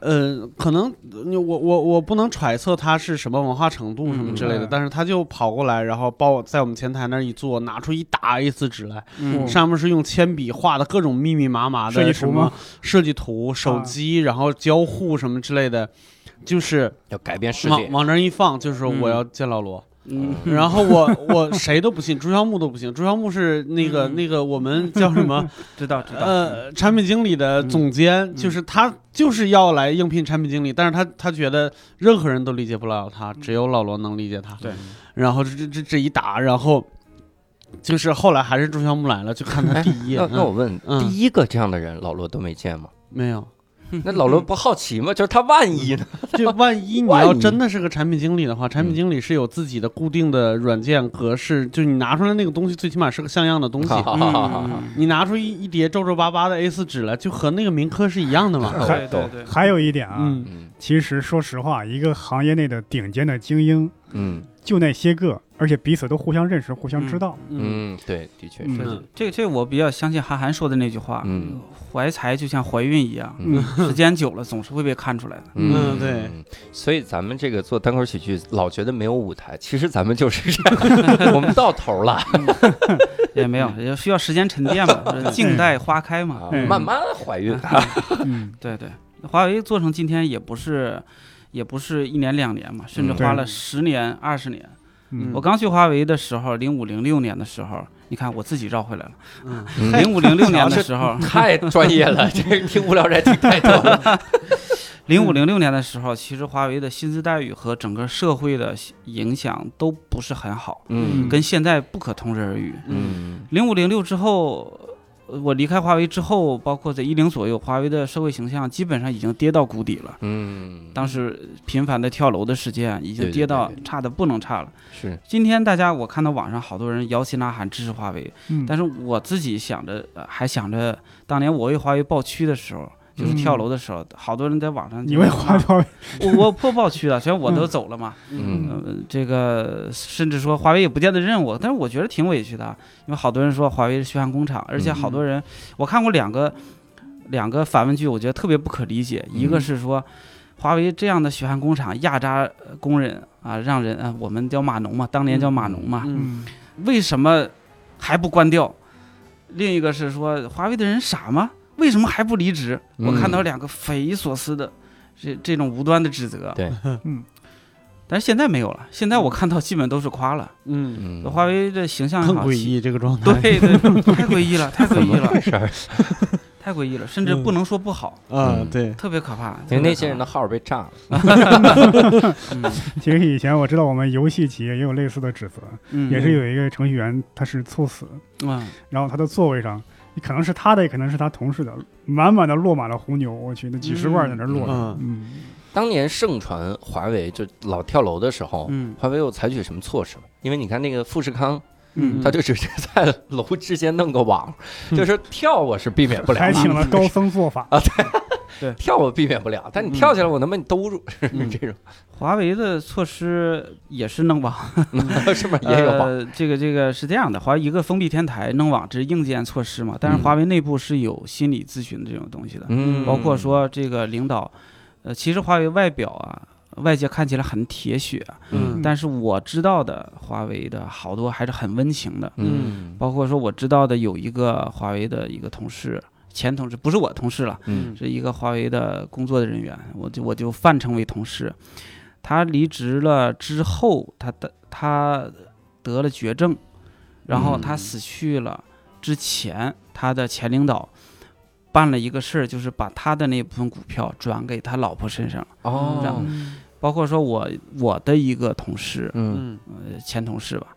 C: 呃，可能呃我我我不能揣测他是什么文化程度什么之类的，
B: 嗯
C: 但是他就跑过来，然后帮我在我们前台那儿一坐，拿出一沓 A4 纸来，
E: 嗯
C: 上面是用铅笔画的各种密密麻麻的
B: 设计图
C: 什么
B: 吗
C: 设计图、手
B: 啊
C: 机，然后交互什么之类的，就是
A: 要改变世
C: 往
A: 界，
C: 往那儿一放，就是说
E: 嗯
C: 我要见老罗。
E: 嗯，
C: 然后我我谁都不信，朱孝木都不信，朱孝木是那个
E: 嗯
C: 那个我们叫什么？
E: 知道知道。
C: 呃，产品经理的总监，就是他就是要来应聘产品经理，但是他他觉得任何人都理解不了他，只有老罗能理解他。
E: 对，
C: 然后这这这这一打，然后就是后来还是朱孝木来了，就看他第一页
A: 那，那
C: 嗯
A: 我问，
C: 嗯
A: 第一个这样的人，老罗都没见吗？
C: 没有，
A: 那老罗不好奇吗？就是他万一呢？
C: 就万一你
A: 万
C: 要
A: 一
C: 真的是个产品经理的话，产品
A: 嗯
C: 经理是有自己的固定的软件格式，就你拿出来那个东西，最起码是个像样的东西。
A: 好好好好好，
E: 嗯
C: 你拿出一一叠皱皱巴巴的 A 4纸来，就和那个民科是一样的嘛。
A: 我
E: 对对
A: 懂
E: 对，
B: 还有一点啊，
C: 嗯，
A: 嗯
B: 其实说实话，一个行业内的顶尖的精英
A: 嗯
B: 就那些个，而且彼此都互相认识、互相知道。
C: 嗯，
A: 嗯，对，的确
E: 对
A: 是，
E: 对这个这个我比较相信韩寒说的那句话，
A: 嗯
E: 怀才就像怀孕一样，
A: 嗯
E: 时间久了总是会被看出来的。
C: 嗯对。
A: 所以咱们这个做单口喜剧，老觉得没有舞台，其实咱们就是这 样，我们到头了，
E: 也没有，也需要时间沉淀嘛， 就是静待花开嘛
A: 啊。
B: 嗯
A: 慢慢怀孕。啊
B: 嗯，
E: 对对，华为做成今天也不是，也不是一年两年嘛，甚至
A: 嗯
E: 花
B: 对
E: 了十年、二十年。
B: 嗯
E: 我刚去华为的时候，零五零六年的时候，你看我自己绕回来了。
C: 嗯
A: 哎
E: 零五零六年的 时候，
A: 太专业了，这听无聊宅听太多了。
E: 零五零六年的时候，其实华为的薪资待遇和整个社会的影响都不是很好，
A: 嗯
E: 跟现在不可同日而语。
A: 嗯
E: 零五零六之后，呃我离开华为之后，包括在一零左右，华为的社会形象基本上已经跌到谷底了。
A: 嗯，
E: 当时频繁的跳楼的事件已
A: 对
E: 经
A: 对
E: 跌到
A: 对对
E: 差的不能差了。
A: 是
E: 今天大家我看到网上好多人摇旗呐喊支持华为，
B: 嗯
E: 但是我自己想着呃还想着当年我为华为抱屈的时候。就是跳楼的时候，好多人在网上就
B: 你为华为
E: 我我破抱屈了，虽然我都走了嘛，
A: 嗯
E: 呃，这个甚至说华为也不见得认我，但是我觉得挺委屈的啊，因为好多人说华为是血汗工厂，而且好多人、我看过两个两个反问句，我觉得特别不可理解，一个是说。华为这样的血汗工厂压榨呃工人啊，让人啊，我们叫码农嘛，当年叫码农嘛，
B: 嗯
C: 嗯
E: 为什么还不关掉？另一个是说华为的人傻吗？为什么还不离职？
A: 嗯
E: 我看到两个匪夷所思的这这种无端的指责。
A: 对，
B: 嗯，
E: 但是现在没有了，现在我看到基本都是夸了。
C: 嗯，
A: 嗯，
E: 华为的形象也
C: 很
E: 好，
C: 诡
E: 其，
C: 异这嗯个状态。
E: 对对，太诡 异了，太诡
A: 怎
E: 异
A: 么
E: 了
A: 回，事儿？
E: 太诡异了，甚至不能说不好，
C: 啊
A: 嗯，
C: 对，
E: 特别可怕。
A: 因为
E: 特别
A: 那
E: 可
A: 些人
E: 怕
A: 的号被炸了。
B: 其实以前我知道我们游戏企业也有类似的指责，
E: 嗯
B: 也是有一个程序员他是猝死，
E: 嗯
B: 然后他的座位上。可能是他的，也可能是他同事的，满满的落满了红牛，我去，那几十罐在那儿落着。
C: 嗯，
B: 嗯，
A: 当年盛传华为就老跳楼的时候，
E: 嗯
A: 华为有采取什么措施吗？因为你看那个富士康，
E: 嗯
A: 他就只是在楼之间弄个 网，就是跳我是避免不了
B: 还请
A: 的，
B: 了高僧做法。
A: 跳我避免不了，但你跳起
E: 嗯
A: 来我能把你兜住，是
C: 嗯
A: 这种，
E: 华为的措施也是弄网，
A: 是不是 也有网？
E: 呃、这个这个是这样的，华为一个封闭天台弄网这是硬件措施嘛，但是华为内部是有心理咨询这种东西的，
A: 嗯
E: 包括说这个领导，呃，其实华为外表啊，外界看起来很铁血啊，
A: 嗯
E: 但是我知道的华为的好多还是很温情的，
A: 嗯
E: 包括说我知道的有一个华为的一个同事，前同事不是我同事了，
A: 嗯
E: 是一个华为的工作的人员，我就我就泛称为同事。他离职了之后，他的他得了绝症，然后他死去了之前，他的前领导办了一个事儿，就是把他的那部分股票转给他老婆身上，嗯这
A: 哦
E: 样包括说我我的一个同事，
A: 嗯
C: 嗯
E: 呃，前同事吧，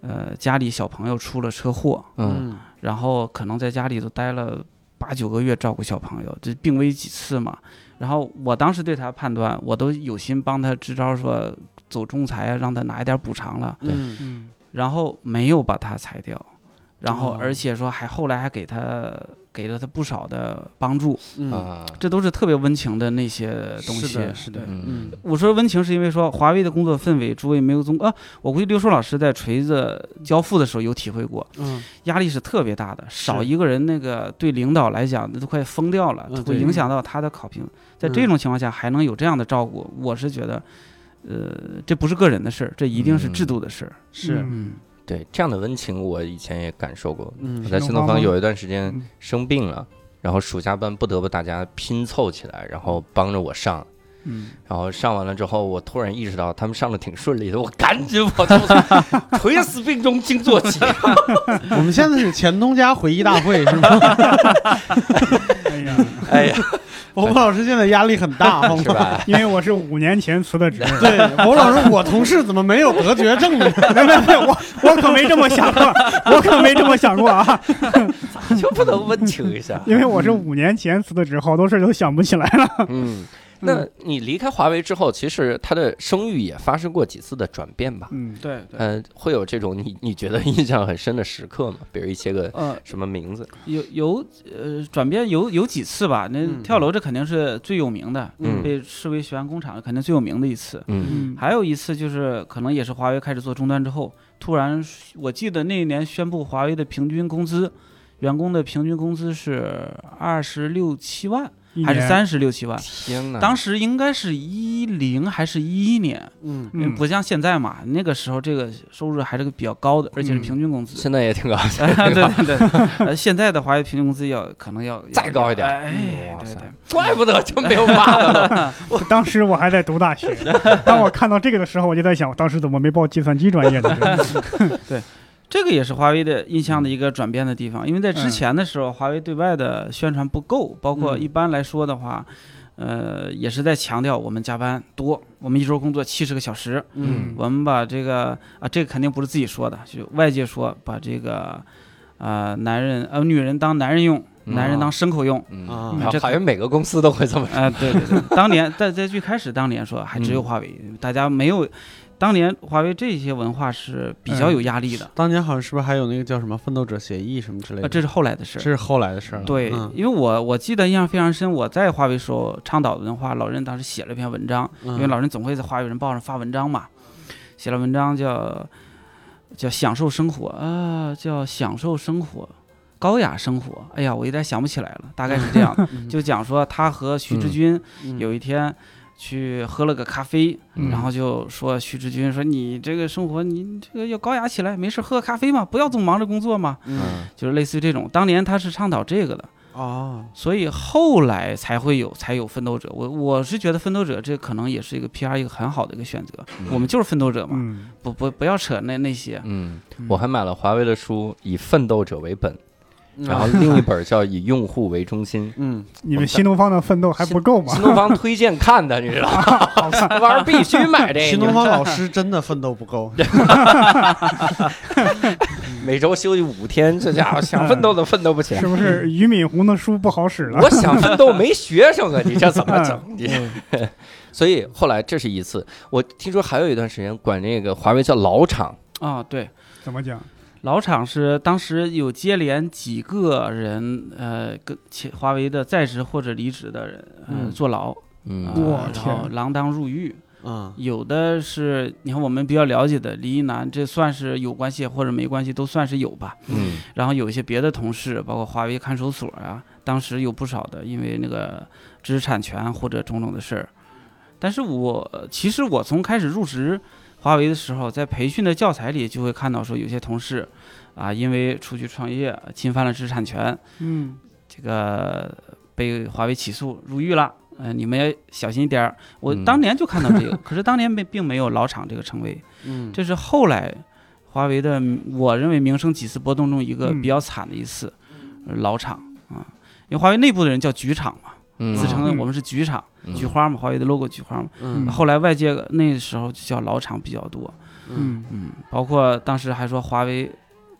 E: 呃，家里小朋友出了车祸，
A: 嗯
E: 然后可能在家里都待了八九个月照顾小朋友，这病危几次嘛。然后我当时对他判断，我都有心帮他支招说，走仲裁啊，让他拿一点补偿了。
C: 嗯
B: 嗯，
E: 然后没有把他裁掉，然后
C: 哦
E: 而且说还后来还给他给了他不少的帮助，
C: 嗯
A: 啊，
E: 这都是特别温情的那些东西。
C: 是的是的
E: 对
A: 嗯
C: 嗯，
E: 我说温情是因为说华为的工作氛围，诸位没有总啊，我估计刘硕老师在锤子交付的时候有体会过，
C: 嗯
E: 压力是特别大的，少一个人那个对领导来讲那都快疯掉了，
C: 嗯
E: 会
C: 对
E: 影响到他的考评。在这种情况下还能有这样的照顾，我是觉得，呃，这不是个人的事儿，这一定是制度的事儿。
C: 是
B: 嗯
A: 对，这样的温情我以前也感受过。我
C: 嗯
A: 在新东方有一段时间
B: 嗯
A: 生病了，然后暑假班不得不大家拼凑起来，然后帮着我上。
B: 嗯，
A: 然后上完了之后，我突然意识到他们上的挺顺利的，我赶紧跑到垂死病中惊坐起。
C: 我们现在是前东家回忆大会是 吗？
B: 哎呀，
A: 哎呀，
C: 伯伯老师现在压力很大，好
A: 是
C: 吗？
A: 吧？
B: 因为我是五年前辞的职，
C: 对，伯伯老师，我同事怎么没有得绝症呢？
B: 没没没，我我可没这么想过，我可没这么想过啊，
A: 就不能温情一下？
B: 因为我是五年前辞的职，好多事儿都想不起来了。
A: 嗯，那你离开华为之后，其实他的声誉也发生过几次的转变吧？
B: 嗯，
E: 对对，
A: 呃，会有这种你你觉得印象很深的时刻吗？比如一些个
E: 呃，
A: 什么名字？
E: 有有呃转变有有几次吧，那
C: 嗯
E: 跳楼这肯定是最有名的，
A: 嗯
E: 被视为血汗工厂肯定最有名的一次。
A: 嗯
B: 嗯
E: 还有一次就是可能也是华为开始做终端之后，突然我记得那一年宣布华为的平均工资，员工的平均工资是二十六七万
B: 一
E: 还是
B: 年，
E: 三十六七万？
A: 天哪！
E: 当时应该是一零还是一一年，
C: 嗯
E: 因为
B: 嗯，
E: 不像现在嘛，那个时候这个收入还是个比较高的，而且是
B: 嗯
E: 平均工资。
A: 现在也挺高兴。
E: 啊，对对对，呃，现在的华为平均工资要可能要
A: 再高一点嗯
E: 哎，
A: 哇
E: 对
A: 塞
E: 对，
A: 怪不得就没有骂了。
B: 当时我还在读大学，当我看到这个的时候，我就在想，我当时怎么没报计算机专业呢？
E: 这个也是华为的印象的一个转变的地方，因为在之前的时候，华为对外的宣传不够，包括
C: 嗯
E: 一般来说的话，呃，也是在强调我们加班多，我们一周工作七十个小时，
C: 嗯
E: 我们把这个啊，这个肯定不是自己说的，就外界说把这个。啊、男人呃，女人当男人用，
A: 嗯
E: 男人当牲口用。
A: 嗯
C: 啊
A: 好
E: 这
A: 好像每个公司都会这么
E: 啊、对对对，当年在在最开始当年说还只有
A: 嗯
E: 华为，大家没有，当年华为这些文化是比较有压力的，
C: 当年好像是不是还有那个叫什么奋斗者协议什么之类
E: 呃，
C: 的？
E: 这是后来的事
C: 这
E: 儿。
C: 是后来的事儿了。
E: 对，
C: 嗯
E: 因为我我记得印象非常深，我在华为时候倡导文化，老任当时写了一篇文章，因为
C: 嗯
E: 老任总会在华为人报上发文章嘛，写了文章叫叫享受生活啊、叫享受生活，高雅生活。哎呀，我有点想不起来了，大概是这 样的，就讲说他和徐志军
C: 嗯
E: 有一天。去喝了个咖啡，
A: 嗯
E: 然后就说徐志军说你这个生活你这个要高雅起来，没事喝个咖啡嘛，不要总忙着工作嘛。
C: 嗯
E: 就是类似于这种。当年他是倡导这个的，
C: 哦
E: 所以后来才会有才有奋斗者。我我是觉得奋斗者这可能也是一个 PR 一个很好的一个选择。我们就是奋斗者嘛，
B: 嗯，
E: 不不不要扯那那些。
A: 嗯，我还买了华为的书，以奋斗者为本，然后
C: 嗯
A: 另一本叫《以用户为中心
C: 嗯
B: 你们新东方的奋斗还不够》，吗
A: 新？东方推荐看的，你知道 吗？玩儿必须买这个。
C: 新东方老师真的奋斗不够，
A: 每周休息五天，这家伙想奋斗都奋斗不起来
B: 是。不是俞敏洪的书不好使了？
A: 我想奋斗没学生啊，你这怎么整？你 这所以后来这是一次，我听说还有一段时间管那个华为叫老厂，
E: 啊、对，
B: 怎么讲？
E: 老厂是当时有接连几个人，呃，跟其华为的在职或者离职的人，呃，
C: 嗯
E: 坐牢，
A: 嗯
E: 啊
B: 哇
E: 然
B: 天
E: 后锒铛入狱。
C: 嗯
E: 有的是，你看我们比较了解的李一男，这算是有关系或者没关系，都算是有吧。
A: 嗯
E: 然后有一些别的同事，包括华为看守所啊，当时有不少的因为那个知识产权或者种种的事儿。但是我其实我从开始入职华为的时候，在培训的教材里就会看到说，有些同事啊，因为出去创业侵犯了知识产权，
B: 嗯
E: 这个被华为起诉入狱了。呃，你们要小心一点儿。我
A: 嗯
E: 当年就看到这个， 可是当年没并没有老厂这个称谓。
C: 嗯，
E: 这是后来华为的，我认为名声几次波动中一个
B: 嗯
E: 比较惨的一次，呃老厂啊，因为华为内部的人叫局厂嘛，
A: 嗯
E: 自称
B: 嗯
E: 我们是局厂，
A: 嗯
E: 菊花嘛，华为的 logo 菊花嘛。
C: 嗯
E: 后来外界那时候就叫老厂比较多，
C: 嗯
B: 嗯
E: 嗯，包括当时还说华为，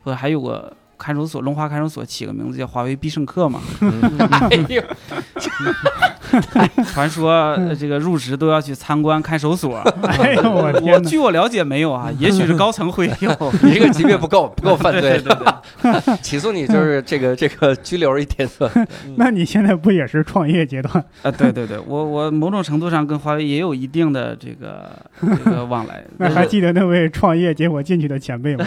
E: 不是还有个看守所龙华看守所起个名字叫华为必胜客嘛，
A: 哎呦，
E: 传说
B: 嗯
E: 呃这个入职都要去参观看守所。
B: 哎呦 我
E: 嗯我
B: 天哪！嗯
E: 据我了解没有啊，也许是高层会 有。
A: 你这个级别不 够，不够犯
E: 对
A: 罪
E: 对，对，
A: 起诉你就是这个这个拘留一天算。
B: 那你现在不也是创业阶段？
E: 啊，对对对，我我某种程度上跟华为也有一定的这个
B: 。
E: 这个往来
B: 那还记得那位创业结果进去的前辈吗？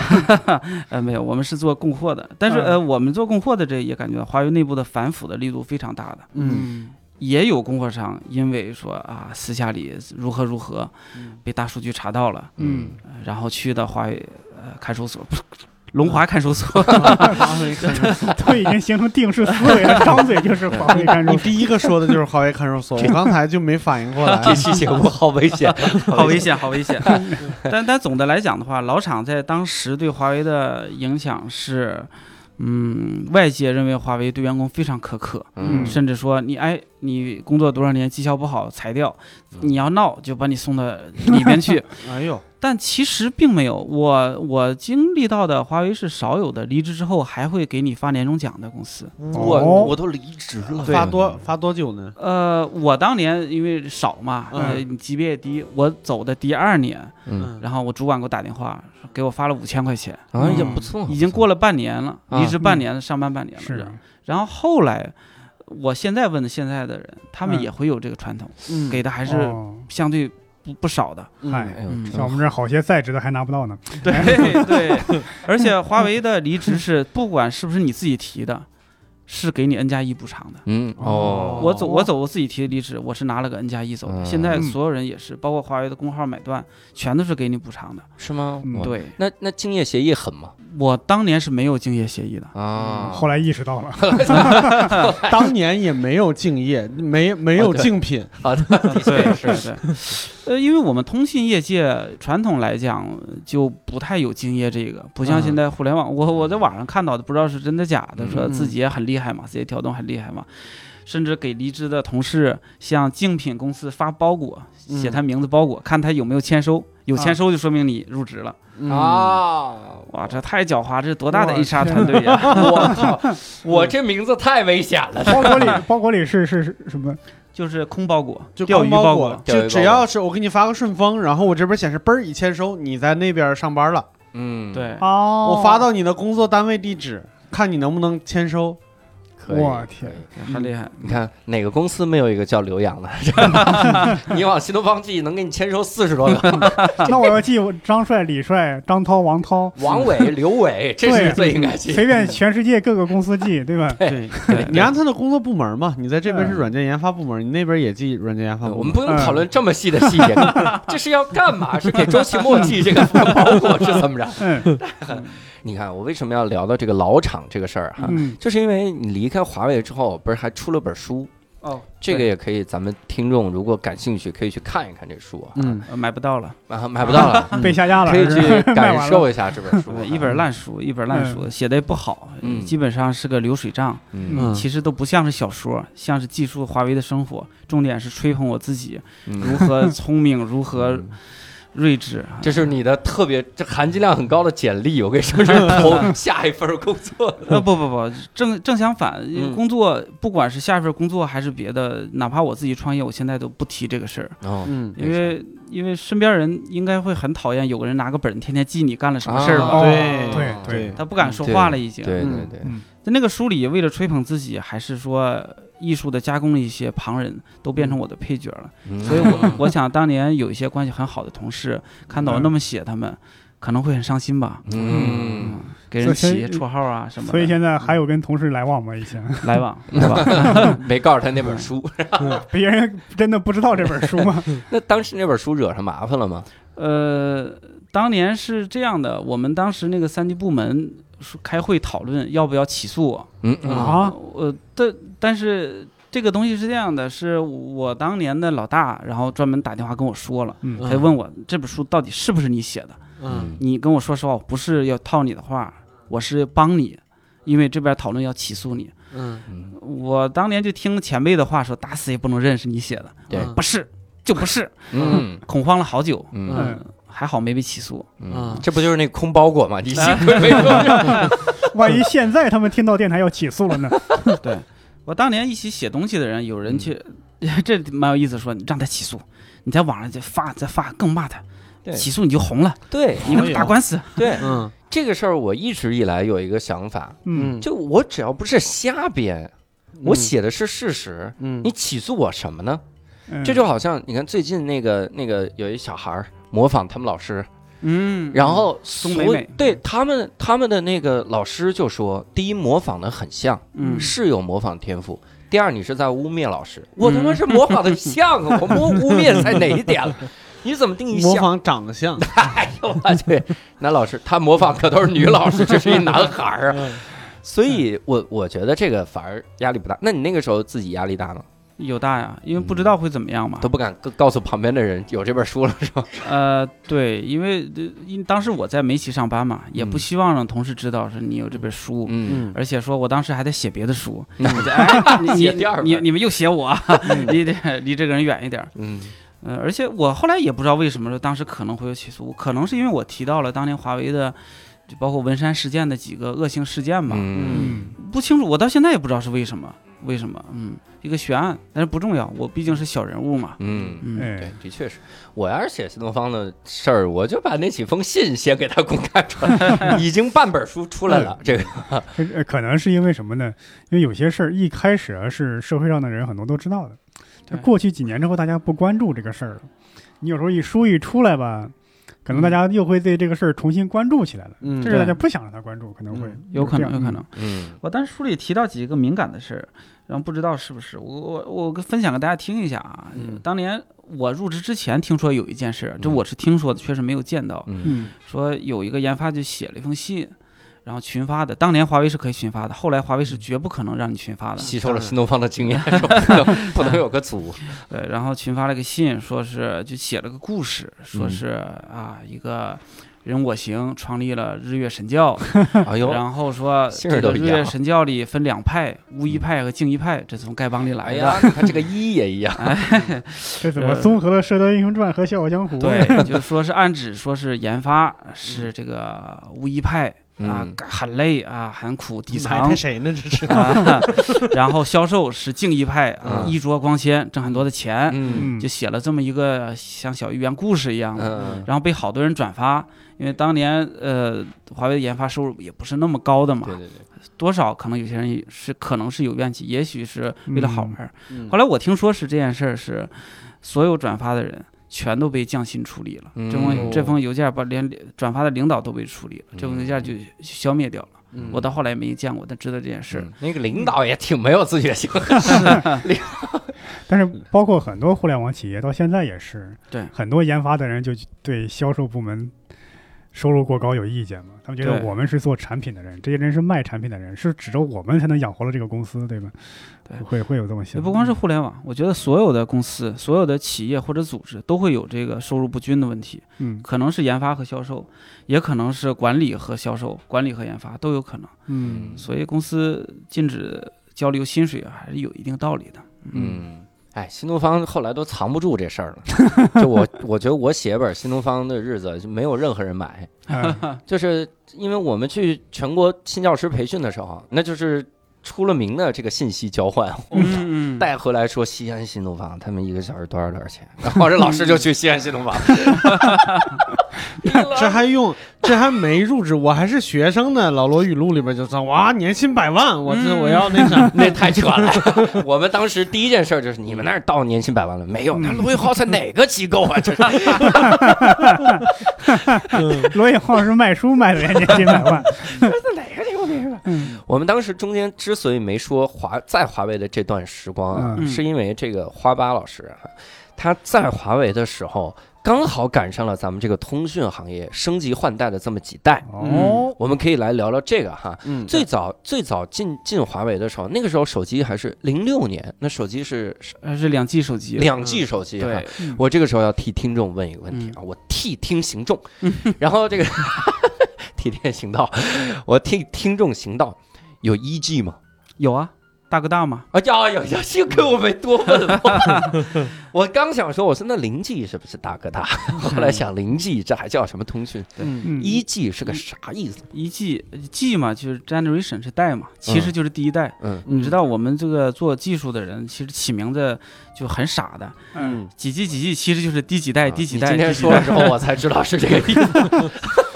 E: 呃，没有，我们是做供货的，但是
B: 嗯
E: 呃，我们做供货的这也感觉到华为内部的反腐的力度非常大的，
C: 嗯
E: 也有供货商因为说啊私下里如何如何，被大数据查到了，
B: 嗯，
E: 呃然后去的华为呃看守所， 龙华看守所，
B: 都已经形成定式思维了，张嘴就是华为干
D: 你
B: 入。
D: 第一个说的就是华为看守 所，我刚才就没反应过来。
A: 这期节目 好危险，
E: 好危险，好危 险。但但总的来讲的话，老厂在当时对华为的影响是，嗯，外界认为华为对员工非常苛刻，
A: 嗯
E: 甚至说你哎，你工作多少年绩效不好裁掉，你要闹就把你送到里边去。
D: 哎呦，
E: 但其实并没有，我我经历到的华为是少有的，离职之后还会给你发年终奖的公司。
A: 嗯我我都离职了，
C: 发多发多久呢？
E: 呃，我当年因为少嘛，呃，级别也低，我走的第二年，
A: 嗯，
E: 然后我主管给我打电话，说给我发了五千块钱，
A: 啊也不错，
E: 嗯已经过了半年了，
A: 啊
E: 离职半年了，上班半年了。
B: 是啊
E: 这样，然后后来，我现在问的现在的人，他们
B: 嗯
E: 也会有这个传统，
C: 嗯
E: 给的还是
B: 哦
E: 相对不不少的。
B: 嗨，
A: 哎呦
E: 嗯
A: 真
B: 像我
A: 好
B: 们这儿好些在职的还拿不到呢。
D: 嗯
E: 对
C: 哎
E: 对， 而且华为的离职是不管是不是你自己提的，是给你 N 加一补偿的。
A: 嗯哦，
E: 我走，我走，我自己提的离职，我是拿了个 N 加一走的。
A: 嗯
E: 现在所有人也是，包括华为的工号买断，全都是给你补偿的。
A: 是吗？
B: 嗯
A: 我，
E: 对
A: 那那竞业协议狠吗？
E: 我当年是没有竞业协议的，
A: 啊，
B: 后来意识到了，
D: 当年也没有敬业，没没
A: 啊
D: 有
A: 对
D: 竞品，
A: 好的，的确是，
E: 是是，啊 呃，因为我们通信业界传统来讲就不太有敬业这个，不像现在互联网，我我在网上看到的不知道是真的假的，说
C: 嗯
E: 字节很厉害嘛，字节跳动很厉害嘛，甚至给离职的同事向竞品公司发包裹，写他名字包裹，看他有没有签收，有签收就说明你入职了。
D: 嗯
A: 啊，
E: 哇，这太狡猾，这多大的
B: 我
E: HR
B: 天
E: 团队呀、
A: 我操，我这名字太危险了，
B: 包裹里包裹里是是是 什么？
E: 就是空包裹，
D: 就
E: 钓鱼
D: 光包
E: 裹。
A: 钓鱼包
D: 就
A: 裹
D: 只要是我给你发个顺丰，然后我这边显示嘣儿一签收，你在那边上班了，
A: 嗯，
E: 对，
B: 哦
D: 我发到你的工作单位地址，看你能不能签收。
A: 可以，
B: 我
A: 可以
B: 天
E: 很厉害。
A: 你看哪个公司没有一个叫刘洋 的？ 你往新东方寄能给你签收四十多个，
B: 那我要记我张帅、李帅、张涛、王涛，
A: 王伟、刘伟，这
E: 啊
A: 是最应该记的。
B: 随便全世界各个公司记，对吧？
A: 对
C: 对，
D: 你按他的工作部门嘛，你在这边是
B: 嗯
D: 软件研发部门，你那边也记软件研发部门。
A: 嗯我们不用讨论这么细的细节，这是要干嘛？是给周奇墨寄这个包裹是怎么着？
B: 嗯
A: 你看我为什么要聊到这个老厂这个事儿哈？
B: 嗯，
A: 就是因为你离开华为之后，不是还出了本书？
E: 哦，
A: 这个也可以，咱们听众如果感兴趣，可以去看一看这书啊，
C: 嗯，
E: 呃买不到了。
A: 啊买不到了，
B: 被下架了，
A: 可以
B: 是
A: 去
B: 吧卖
A: 感
B: 嗯完了。
A: 受一下这本书啊
E: 对，一本，烂书，一本烂书，写的也不好，
A: 嗯
E: 基本上是个流水账，
A: 嗯
E: 其实都不像是小说，像是记述华为的生活，重点是吹捧我自己如
A: 嗯，
E: 何聪明，如何睿智。啊
A: 这是你的特别，这含金量很高的简历，我跟你说，这是投下一份工作的。
E: 呃，不不不，正正相反
A: 嗯，
E: 工作不管是下一份工作还是别的，哪怕我自己创业，我现在都不提这个事儿，
A: 哦，
C: 嗯
E: 因为因为身边人应该会很讨厌有个人拿个本天天记你干了什么事儿吧。
B: 哦
D: 对
B: 对
D: 对
E: 他不敢说话了，已经。
A: 啊嗯对对
C: 嗯
A: 对，
B: 嗯
E: 在那个书里，为了吹捧自己，还是说艺术的加工了一些旁人，都变成我的配角了。
A: 嗯
E: 所以 我我想，当年有一些关系很好的同事，看
B: 嗯
E: 到我那么写他们，可能会很伤心吧。
A: 嗯，
E: 给
B: 所
E: 人起
B: 以
E: 绰号啊什么
B: 所以
E: 的，
B: 现在还有跟同事来往吗？以前
E: 来往来往。
A: 没告诉他那本书。
B: 嗯别人真的不知道这本书吗？
A: 那当时那本书惹上麻烦了吗？
E: 呃，当年是这样的，我们当时那个三级部门说开会讨论要不要起诉我。
A: 嗯
B: 啊
E: 呃，但但是这个东西是这样的，是我当年的老大，然后专门打电话跟我说了。
B: 嗯
E: 他就问我这本书到底是不是你写的？
D: 嗯，
E: 你跟我说实话，我不是要套你的话，我是帮你，因为这边讨论要起诉你。
D: 嗯
A: 嗯
E: 我当年就听前辈的话说，打死也不能认识你写的，
A: 对
E: 不是就不是，
A: 嗯
E: 恐慌了好久。
A: 嗯
B: 嗯
E: 嗯，还好没被起诉。
A: 嗯
C: 啊，
A: 这不就是那空包裹吗？你幸亏没有。
B: 万一现在他们听到电台要起诉了呢？
E: 我当年一起写东西的人，有人去， 这蛮有意思说，你让他起诉，你在网上再发再发，更骂他，
A: 对
E: 起诉你就红了，
A: 对
E: 你们打官司。
A: 对，
C: 嗯
A: 这个事儿我一直以来有一个想法，
B: 嗯，
A: 就我只要不是瞎编，我写的是事实，
C: 嗯
A: 你起诉我什么呢？
B: 嗯
A: 这就好像你看最近那个那个有一小孩儿模仿他们老师，
E: 嗯
A: 然后所
E: 宋美美
A: 对他们他们的那个老师就说，第一模仿的很像，
E: 嗯
A: 是有模仿天赋。第二，你是在污蔑老师，我他妈
E: 嗯
A: 是模仿的像啊，我摸污蔑在哪一点了？你怎么定义
C: 模
A: 像？
C: 仿长相，
A: 哎呦我去，男老师他模仿可都是女老师，这是一男孩儿啊。所以我我觉得这个反而压力不大。那你那个时候自己压力大吗？
E: 有大呀，因为不知道会怎么样嘛
A: 都。不敢告告诉旁边的人有这本书了是吧？
E: 呃，对，因为呃因当时我在媒体上班嘛，也不
A: 嗯
E: 希望让同事知道是你有这本书。
A: 嗯，
C: 嗯
E: 而且说，我当时还在写别的书，
A: 嗯
E: 我就 哎，你
A: 写第二本
E: 你你们又写我， 离这离这个人远一点。
A: 嗯
E: 呃，而且我后来也不知道为什么，当时可能会有起诉，可能是因为我提到了当年华为的，就包括文山事件的几个恶性事件吧，
A: 嗯
B: 嗯
E: 不清楚，我到现在也不知道是为什么，为什么，嗯，一个悬案，但是不重要，我毕竟是小人物嘛，
A: 嗯，
E: 嗯，
A: 对
B: 哎，，
A: 的确是。我要是写新东方的事儿，我就把那几封信先给他公开出来，已经半本书出来了。
E: 嗯
A: 这个
B: 这呃可能是因为什么呢？因为有些事儿一开始啊是社会上的人很多都知道的，
E: 对
B: 过去几年之后大家不关注这个事儿了。你有时候一书一出来吧，可能大家又会对这个事儿重新关注起来了。
C: 嗯
B: 这是大家不想让他关注，可能会
E: 有可
B: 这
E: 能，
B: 样
E: 有可能。
A: 嗯
E: 我当时书里提到几个敏感的事儿，然后不知道是不是我我我跟分享给大家听一下啊。
A: 嗯
E: 当年我入职之前听说有一件事儿，这
A: 嗯
E: 我是听说的，确实没有见到。
A: 嗯
B: 嗯
E: 说有一个研发就写了一封信，然后群发的。当年华为是可以群发的，后来华为是
A: 嗯
E: 绝不可能让你群发的。
A: 吸收了新东方的经验，是吧不能不能有个 组。
E: 对，然后群发了个信，说是就写了个故事，说
A: 嗯
E: 是啊一个。人我行创立了日月神教，
A: 哎呦，
E: 嗯然后说
A: 姓
E: 这
A: 儿都
E: 个
A: 一
E: 日
A: 样
E: 月神教里分两派，巫医派和净医派，这从丐帮里
A: 哎
E: 来的
A: 呀。，你看这个一也一样。
B: 这怎么综合了《射雕英雄传》和《笑傲江湖》？
E: 呃 对，就是说是暗指说是研发是这个巫医派啊
A: 嗯，
E: 很累啊，很苦底
D: 埋汰
E: 层，
D: 谁呢？这是
E: 啊， 然后销售是净一派，啊
A: 嗯
E: 衣着光鲜，挣很多的钱，
A: 嗯
B: 嗯
E: 就，写了这么一个像小寓言故事一样的。
A: 嗯
E: 然后被好多人转发，因为当年呃，华为的研发收入也不是那么高的嘛
A: 对，对对，
E: 多少可能有些人也是可能是有怨气，也许是为了好玩儿。
C: 嗯
E: 后来我听说是这件事儿是，所有转发的人全都被降薪处理了，这
A: 嗯
E: 封这封邮件把连转发的领导都被处理了，这封邮件就消灭掉了。
C: 嗯
E: 我到后来也没见过，但知道这件事儿。
A: 嗯那个领导也挺没有自觉 性的。
B: 但是包括很多互联网企业到现在也是，
E: 嗯对
B: 很多研发的人就对销售部门收入过高有意见嘛，他们觉得
E: 对
B: 我们是做产品的人，这些人是卖产品的人，是指着我们才能养活了这个公司，对吧？
E: 对
B: 会会有这么想。
E: 也不光是互联网，我觉得所有的公司、所有的企业或者组织都会有这个收入不均的问题，
B: 嗯
E: 可能是研发和销售，也可能是管理和销售、管理和研发都有可能。
B: 嗯
E: 所以公司禁止交流薪水啊还是有一定道理的。
A: 嗯，哎，新东方后来都藏不住这事儿了。就我，我觉得我写本新东方的日子就没有任何人买，
B: 啊
A: 就是因为我们去全国新教师培训的时候，啊那就是出了名的这个信息交换。
E: 嗯
A: 带回来说西安新东方，他们一个小时多少多少钱？然后这老师就去西安新东 方，
D: 这还用这还没入职，我还是学生呢。老罗语录里边就说哇，年薪百万，我这
E: 嗯
D: 我要那啥。
A: 那太扯了。 我们当时第一件事儿就是你们那儿到年薪百万了没有？那罗永浩在哪个机构啊？这是
D: 嗯
B: 罗永浩是卖书卖的人家几百万，
E: 嗯
A: 我们当时中间之所以没说华在华为的这段时光啊，
E: 嗯
A: 是因为这个花吧老师啊，他在华为的时候刚好赶上了咱们这个通讯行业升级换代的这么几代。
E: 嗯
D: 嗯
B: 哦，
A: 我们可以来聊聊这个哈。
C: 嗯
A: 最早最早进进华为的时候，那个时候手机还是零六年，那手机是是
E: 还是两 G 手机，
A: 两 G 手机哈。
E: 对，
A: 我这个时候要替听众问一个问题啊，我替听行 众，然后这个 替天行道，我替听众行道，有一 E G 吗？
E: 有啊，大哥大嘛，
A: 啊，呀呀呀！幸亏我没多问了。 我刚想说，我说那零 G 是不是大 哥大？后来想零 G 这还叫什么通讯？
E: 对，
B: 嗯，
A: 一 G 是个啥意思？
E: 一 G G 嘛，就是 generation 是代嘛，其实就是第一代。
A: 嗯
E: 你知道我们这个做技术的人，其实起名字就很傻的，
B: 嗯，
E: 几 G 几 G 其实就是第几代、
A: 啊
E: 第几
A: 你
E: 代。
A: 今
E: 第
A: 天
E: 几
A: 说
E: 代
A: 了之后，我才知道是这个意思。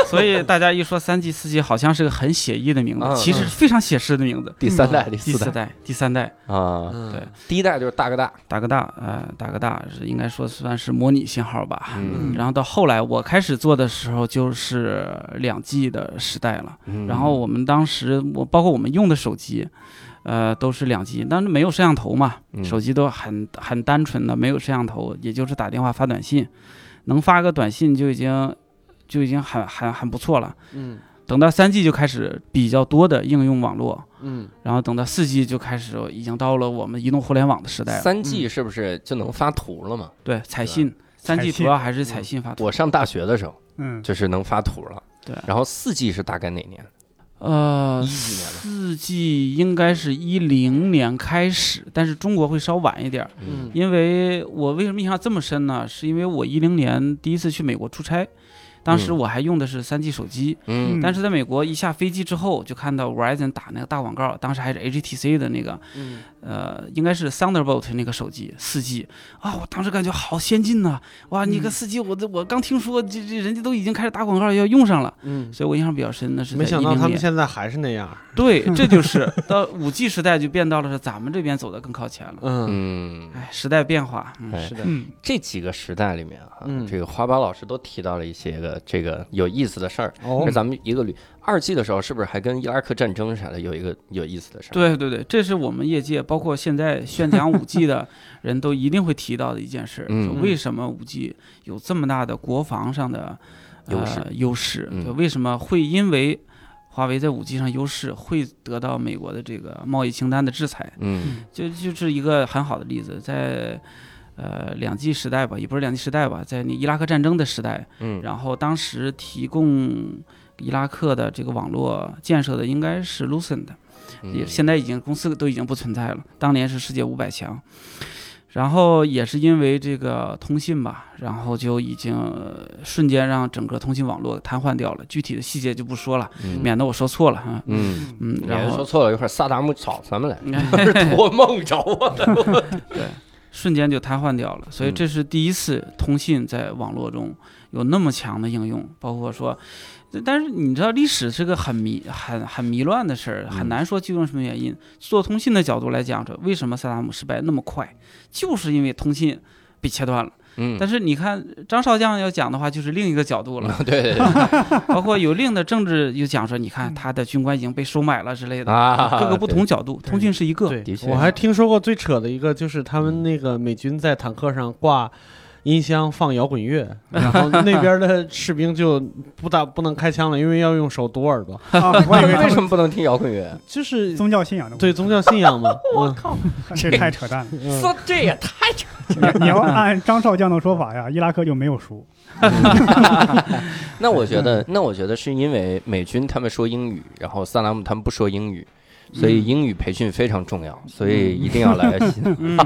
E: 所以大家一说三 G、四 G，好像是个很写意的名字
A: 嗯，
E: 其实
A: 嗯
E: 非常写实的名字。
A: 第三 代、第
E: 第四
A: 四代
E: 代、第三代，
A: 啊，
D: 嗯
E: 对，
A: 第一代就是大哥大。
E: 大哥大，呃，大哥大是应该说算是模拟信号吧。
A: 嗯
E: 然后到后来我开始做的时候，就是两 G 的时代了。
A: 嗯
E: 然后我们当时我包括我们用的手机，呃，都是两 G，但是没有摄像头嘛，
A: 嗯
E: 手机都很很单纯的，没有摄像头，也就是打电话发短信，能发个短信就已经就已经很很很不错了。
D: 嗯
E: 等到三 G 就开始比较多的应用网络，
D: 嗯
E: 然后等到四 G 就开始已经到了我们移动互联网的时代了。嗯
A: 三 G 是不是就能发图了嘛？
E: 对，采信，三 G
B: 采信
E: 主要还是采信发
A: 嗯
E: 图。
A: 我上大学的时候
B: 嗯，
A: 就是能发图了。
E: 对
A: 然后四 G 是大概哪年？
E: 呃
A: 一，几年了？
E: 四 G 应该是一零年开始，但是中国会稍晚一点儿。
A: 嗯
E: 因为我为什么印象这么深呢？是因为我一零年第一次去美国出差，当时
A: 嗯
E: 我还用的是三 G 手机，
A: 嗯
E: 但是在美国一下飞机之后就看到 Verizon 打那个大广告，当时还是 HTC 的那个，
D: 嗯
E: 呃，应该是 Thunderbolt 那个手机四 G 啊，我当时感觉好先进呐、哇，你个
B: 嗯
E: 四 G，我这我刚听说，这这人家都已经开始打广告要用上了，
D: 嗯，
E: 所以我印象比较深的是
D: 没
E: 在
D: 想
E: 一
D: 到他
E: 零
D: 们
E: 年，
D: 现在还是那样。
E: 对，这就是到五 G 时代就变到了是咱们这边走的更靠前了，
D: 嗯，
A: 嗯，
E: 哎，时代变化，嗯，
A: 哎
D: 是的，
B: 嗯，
A: 这几个时代里面啊，
D: 嗯
A: 这个花苞老师都提到了一些个这个有意思的事儿。
D: 哦
A: 那，咱们一个旅二 G 的时候，是不是还跟伊拉克战争啥的有一个有意思的事儿？，
E: 对对对，这是我们业界，包括现在宣讲五 G 的人都一定会提到的一件事，
A: 嗯
E: 就为什么五 G 有这么大的国防上的
A: 优势
E: 呃、优势
A: 嗯
E: 就为什么会因为华为在五 G 上优势会得到美国的这个贸易清单的制裁？
A: 嗯
E: 就就是一个很好的例子，在。呃，两 G 时代吧，也不是两 G 时代吧，在那伊拉克战争的时代，
A: 嗯
E: 然后当时提供伊拉克的这个网络建设的应该是 Lucent，
A: 嗯
E: 也现在已经公司都已经不存在了，当年是世界五百强，然后也是因为这个通信吧，然后就已经呃瞬间让整个通信网络瘫痪掉了，具体的细节就不说了，
A: 嗯
E: 免得我说错了啊。
A: 嗯，
E: 嗯，
A: 你
E: 然
A: 还 说
E: 后嗯
A: 错了，一会儿萨达姆找咱们来， 是托梦找我的。
E: 瞬间就瘫痪掉了，
A: 嗯
E: 所以这是第一次通信在网络中有那么强的应用，包括说。但是你知道历史是个很迷、很很迷乱的事儿，很难说究竟什么原因。做通信的角度来讲，这为什么萨达姆失败那么快，就是因为通信被切断了。
A: 嗯，
E: 但是你看张少将要讲的话，就是另一个角 度了，
A: 对对对
E: 包括有另的政治又讲说，你看他的军官已经被收买了之类
A: 嗯
E: 的，
A: 啊，
E: 各个不
A: 对
E: 同角度，通讯是一个。
D: 对
A: 的确，
D: 我还听说过最扯的一个，就是他们那个美军在坦克上挂音箱放摇滚乐，然后那边的士兵就不打不能开枪了，因为要用手堵耳朵，
B: 啊，我以为他
A: 为什
B: 们
A: 么不能听摇滚乐？
D: 就是
B: 宗教信仰的，
D: 对，宗教信仰嘛。 我靠，
B: 这太扯淡了。
D: 嗯
A: 说这也太扯
B: 你你要按张少将的说法呀，伊拉克就没有输。
A: 那我觉
E: 嗯
A: 得，那我觉得是因为美军他们说英语，然后萨达姆他们不说英语，所以英语培训非常重要，所以一定要 来
E: 嗯，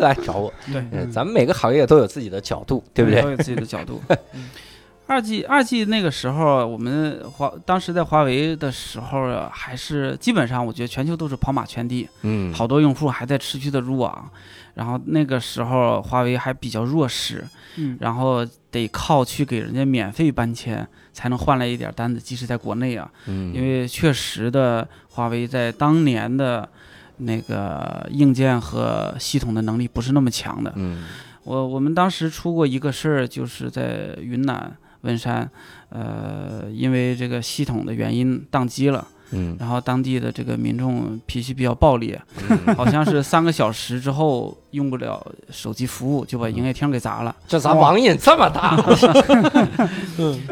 A: 来找我。
E: 对
A: 呃
B: 嗯
A: 咱们每个行业都有自己的角度，对不
E: 都
A: 对？
E: 嗯有自己的角度。嗯 二 G 二 G 那个时候，我们华当时在华为的时候啊，还是基本上我觉得全球都是跑马圈地，
A: 嗯，
E: 好多用户还在持续的入网，然后那个时候华为还比较弱势，
B: 嗯，
E: 然后得靠去给人家免费搬迁才能换来一点单子，即使在国内啊，
A: 嗯，
E: 因为确实的，华为在当年的那个硬件和系统的能力不是那么强的。
A: 嗯
E: 我我们当时出过一个事儿，就是在云南文山，呃，因为这个系统的原因宕机了，
A: 嗯
E: 然后当地的这个民众脾气比较暴烈，
A: 嗯，
E: 好像是三个小时之后用不了手机服务，就把营业厅给砸了。
A: 这咋网瘾这么 大？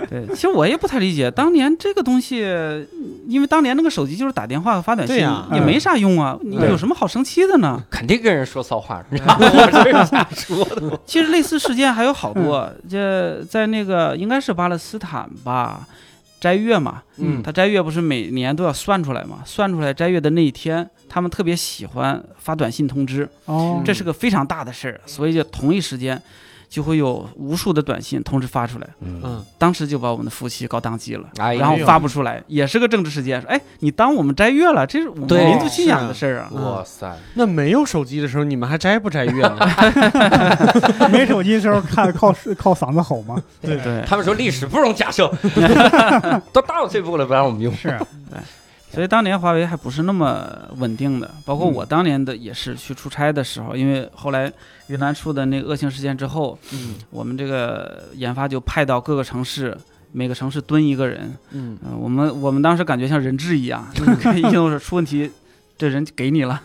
E: 对，其实我也不太理解，当年这个东西，因为当年那个手机就是打电话和发短信，
D: 对呀嗯
E: 也没啥用啊，你
A: 对
E: 有什么好生气 的呢？
A: 肯定跟人说骚话，
E: 嗯
A: 你知道吗我这是 瞎说的。
E: 其
D: 嗯
E: 实类似事件还有好多，这在那个应该是巴勒斯坦吧，斋月嘛，
A: 嗯
E: 他斋月不是每年都要算出来嘛？算出来斋月的那一天，他们特别喜欢发短信通知，
B: 哦，
E: 这是
A: 嗯
E: 个非常大的事儿，所以就同一时间就会有无数的短信通知发出来。
A: 嗯，
D: 嗯，
E: 当时就把我们的夫妻搞宕机了，
A: 哎呦
E: 然后发不出来，也是个政治事件。说，哎，你当我们斋月了，这是我们
A: 对
E: 民族信仰的事儿啊。
A: 哇塞，
D: 那没有手机的时候，你们还摘不摘月呢？
B: 没手机的时候看靠靠嗓子吼嘛，
E: 对对，
A: 他们说历史不容假 设，都到这步了不让我们用，
B: 是，啊
E: 所以当年华为还不是那么稳定的，包括我当年的也是去出差的时候，因为后来云南出的那个恶性事件之后，
D: 嗯
E: 我们这个研发就派到各个城市，每个城市蹲一个人，
D: 嗯，
E: 嗯、我们我们当时感觉像人质一样，跟医生说出问题，这人就给你了。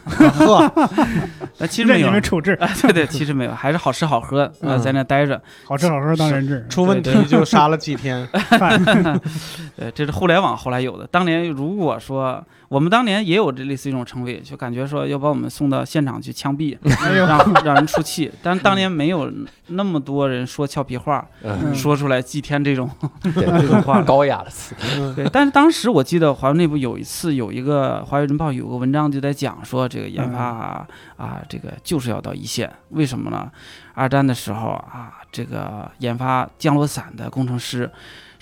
E: 那其实
B: 任
E: 没
B: 你
E: 有，
B: 们处置，
E: 啊， 对对，其实没有，还是好吃好喝，呃，
D: 嗯
E: 在那待着。
B: 好吃好喝当人质，
D: 出问题就杀了几天。
B: 饭
E: 对，这是互联网后来有的。当年如果说我们当年也有这类似一种称谓，就感觉说要把我们送到现场去枪毙，
B: 哎呦，
E: 让让人出气。但当年没有那么多人说俏皮话，
A: 嗯，
E: 说出来祭天这种
A: 对，
E: 这种话了。
A: 高雅的 词，
E: 对，但是当时我记得华为内部有一次有一个《华为人报》有个文章就在讲说这个研发啊、啊，这个就是要到一线，为什么呢？二战的时候啊，这个研发降落伞的工程师。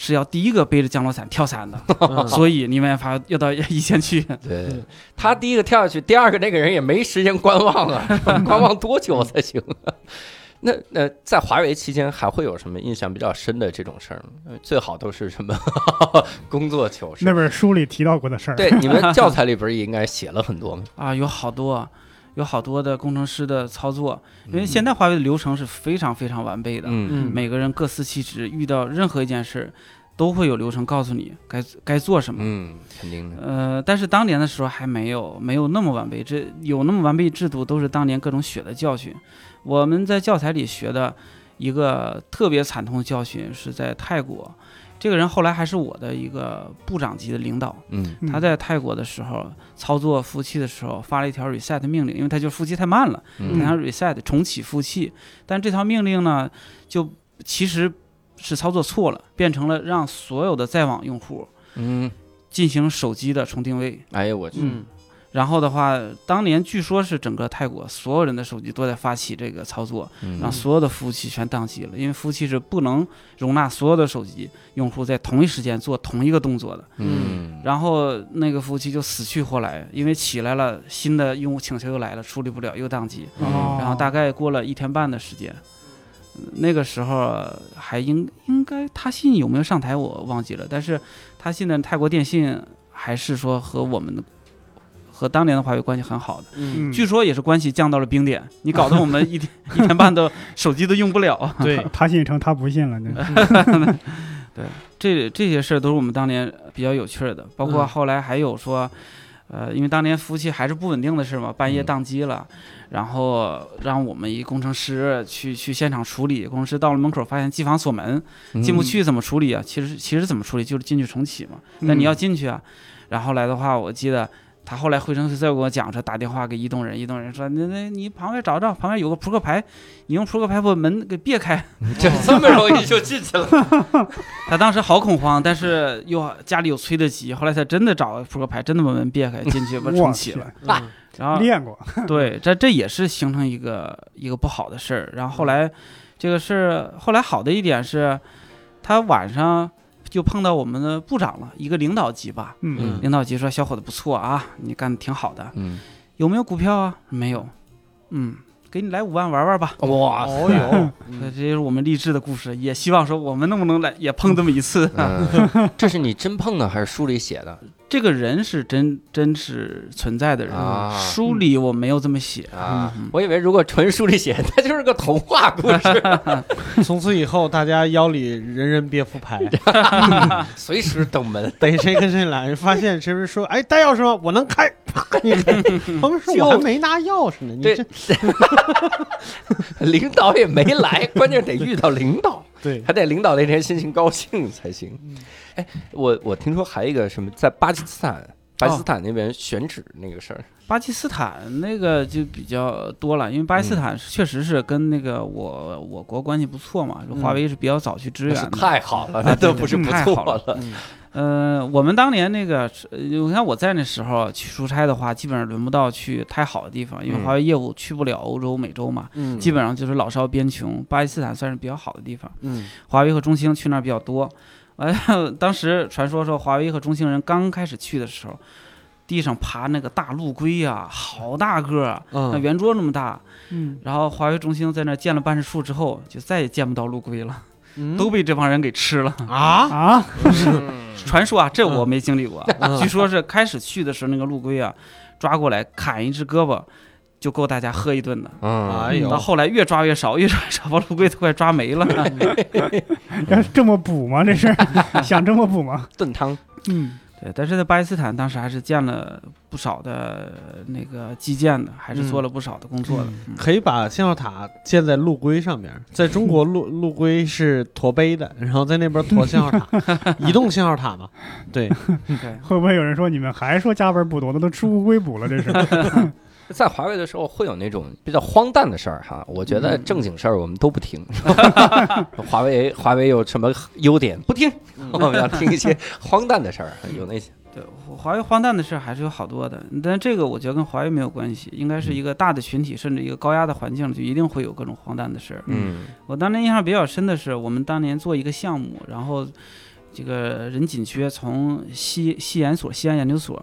E: 是要第一个背着降落伞跳伞的， 所以你们研发要到一线去。嗯
A: 对他第一个跳下去，第二个那个人也没时间观望啊， 观望多久才行？啊 那那在华为期间还会有什么印象比较深的这种事儿吗？呃最好都是什么 工作糗事
B: 那？本书里提到过的事儿，
A: 对，你们教材里不是也应该写了很多吗？
E: 啊，有好多，有好多的工程师的操作，因为现在华为的流程是非常非常完备的，
A: 嗯
D: 嗯
E: 每个人各司其职，遇到任何一件事儿，都会有流程告诉你该该做什么。
A: 嗯，肯定的，
E: 呃，但是当年的时候还没有没有那么完备，这有那么完备制度都是当年各种血的教训。我们在教材里学的一个特别惨痛的教训是在泰国，这个人后来还是我的一个部长级的领导，
A: 嗯
B: 嗯
E: 他在泰国的时候操作服务器的时候发了一条 reset 命令，因为他就是服务器太慢了，他
A: 嗯
E: 想 reset 重启服务器，但这条命令呢，就其实是操作错了，变成了让所有的在网用户
A: 嗯，
E: 进行手机的重定位。
A: 哎呀，我去，
E: 嗯，然后的话，当年据说是整个泰国所有人的手机都在发起这个操作，
A: 嗯
E: 让所有的服务器全宕机了，因为服务器是不能容纳所有的手机用户在同一时间做同一个动作的。
A: 嗯，
E: 然后那个服务器就死去活来，因为起来了新的用户请求又来了，处理不了又宕机，
B: 哦，
E: 然后大概过了一天半的时间。那个时候还应应该他信有没有上台我忘记了，但是他信的泰国电信还是说和我们的和当年的华为关系很好的，
D: 嗯，
B: 嗯
E: 据说也是关系降到了冰点，你搞得我们一天一天半都手机都用不了。
D: 对，
B: 他信成他不信了，那
E: 这这些事儿都是我们当年比较有趣儿的，包括
D: 嗯
E: 后来还有说，呃，因为当年服务器还是不稳定的事儿嘛，半夜
A: 嗯
E: 宕机了，然后让我们一工程师去去现场处理，工程师到了门口发现机房锁门，进
A: 嗯
E: 不去怎么处理啊？其实其实怎么处理就是进去重启嘛，但你要进去啊，然后来的话，我记得。他后来绘声绘色地跟我讲说，打电话给移动人，移动人说：“那那你旁边找找，旁边有个扑克牌，你用扑克牌把门给别开，
A: 嗯，就这么容易就进去了，
E: 他当时好恐慌，但是又家里又催得急，后来才真的找个扑克牌，真的把门别开进去，把
B: 我
E: 重启
B: 去
E: 了。
D: 嗯
E: 啊然后
B: 练过，
E: 对，这这也是形成一个一个不好的事儿。然后后来这个事儿后来好的一点是，他晚上就碰到我们的部长了，一个领导级吧。
B: 嗯
A: 嗯
E: 领导级说：“小伙子不错啊，你干的挺好的，
A: 嗯，
E: 有没有股票啊？没有，嗯，给你来五万玩玩吧。
A: 哇
D: 哦哟，
E: 这这是我们励志的故事，也希望说我们能不能来也碰这么一次。
A: 嗯，这是你真碰的还是书里写的
E: 这个人是真真实存在的人，
A: 啊
E: 书里我没有这么写。嗯
A: 啊？我以为如果纯书里写，那就是个童话故 事，
D: 从此以后大家腰里人人别副牌，
A: 随时等门。
D: 逮谁跟谁来。发现谁不是说，哎，带钥匙吗？我能开， 啪，你开。旁边说
A: 就
D: 我还没拿钥匙呢，你
A: 对
D: 这，
A: 领导也没来，关键得遇到领导，
D: 对，
A: 还得领导那天心情高兴才行。哎，我我听说还有一个什么，在巴基斯坦。巴基斯坦那边选址那个事儿，
E: 巴基斯坦那个就比较多了，因为巴基斯坦是确实是跟那个我我国关系不错嘛，
D: 嗯
E: 华为是比较早去支援
A: 是
E: 的。
A: 啊太好了，那都不是不
E: 太
A: 错
E: 好了
A: 了。
E: 呃，我们当年那个，呃你看我在那时候去出差的话，基本上轮不到去太好的地方，因为
A: 嗯
E: 华为业务去不了欧洲、美洲嘛，
D: 嗯
E: 基本上就是老少边穷。巴基斯坦算是比较好的地方，
D: 嗯
E: 华为和中兴去那儿比较多。哎呀，当时传说说华为和中兴人刚开始去的时候，地上爬那个大陆龟呀、好大个儿，啊那
D: 嗯
E: 圆桌那么大。
B: 嗯，
E: 然后华为、中兴在那儿建了办事处之后，就再也见不到陆龟了，
D: 嗯
E: 都被这帮人给吃了。
D: 啊
B: 啊，
E: 传说啊，这我没经历过。
D: 嗯
E: 据说是开始去的时候，那个陆龟啊，抓过来砍一只胳膊，就够大家喝一顿的。
A: 嗯，
D: 哎呦
E: 到后来越抓越少，越抓越少，把陆龟都快抓 没了。
B: 要这么补吗？这是 想这么补吗？
A: 炖汤，
B: 嗯，
E: 对，但是在巴基斯坦当时还是建了不少的呃那个基建的，还是做了不少的工作的。嗯
D: 可以把信号塔建在陆龟上面，在中国陆陆龟是驮碑的，然后在那边驮信号 塔，移动信号塔嘛。对，
E: 对，
B: 会不会有人说你们还说加班补多的，都吃乌龟补了？这是
A: 在华为的时候会有那种比较荒诞的事儿哈，我觉得正经事儿我们都不听。华为华为有什么优点不听，我们要听一些荒诞的事儿，有那些
E: 对，华为荒诞的事儿还是有好多的，但这个我觉得跟华为没有关系，应该是一个大的群体，甚至一个高压的环境，就一定会有各种荒诞的事儿。
A: 嗯
E: 我当年印象比较深的是，我们当年做一个项目，然后这个人紧缺，从西西研所、西安研究所，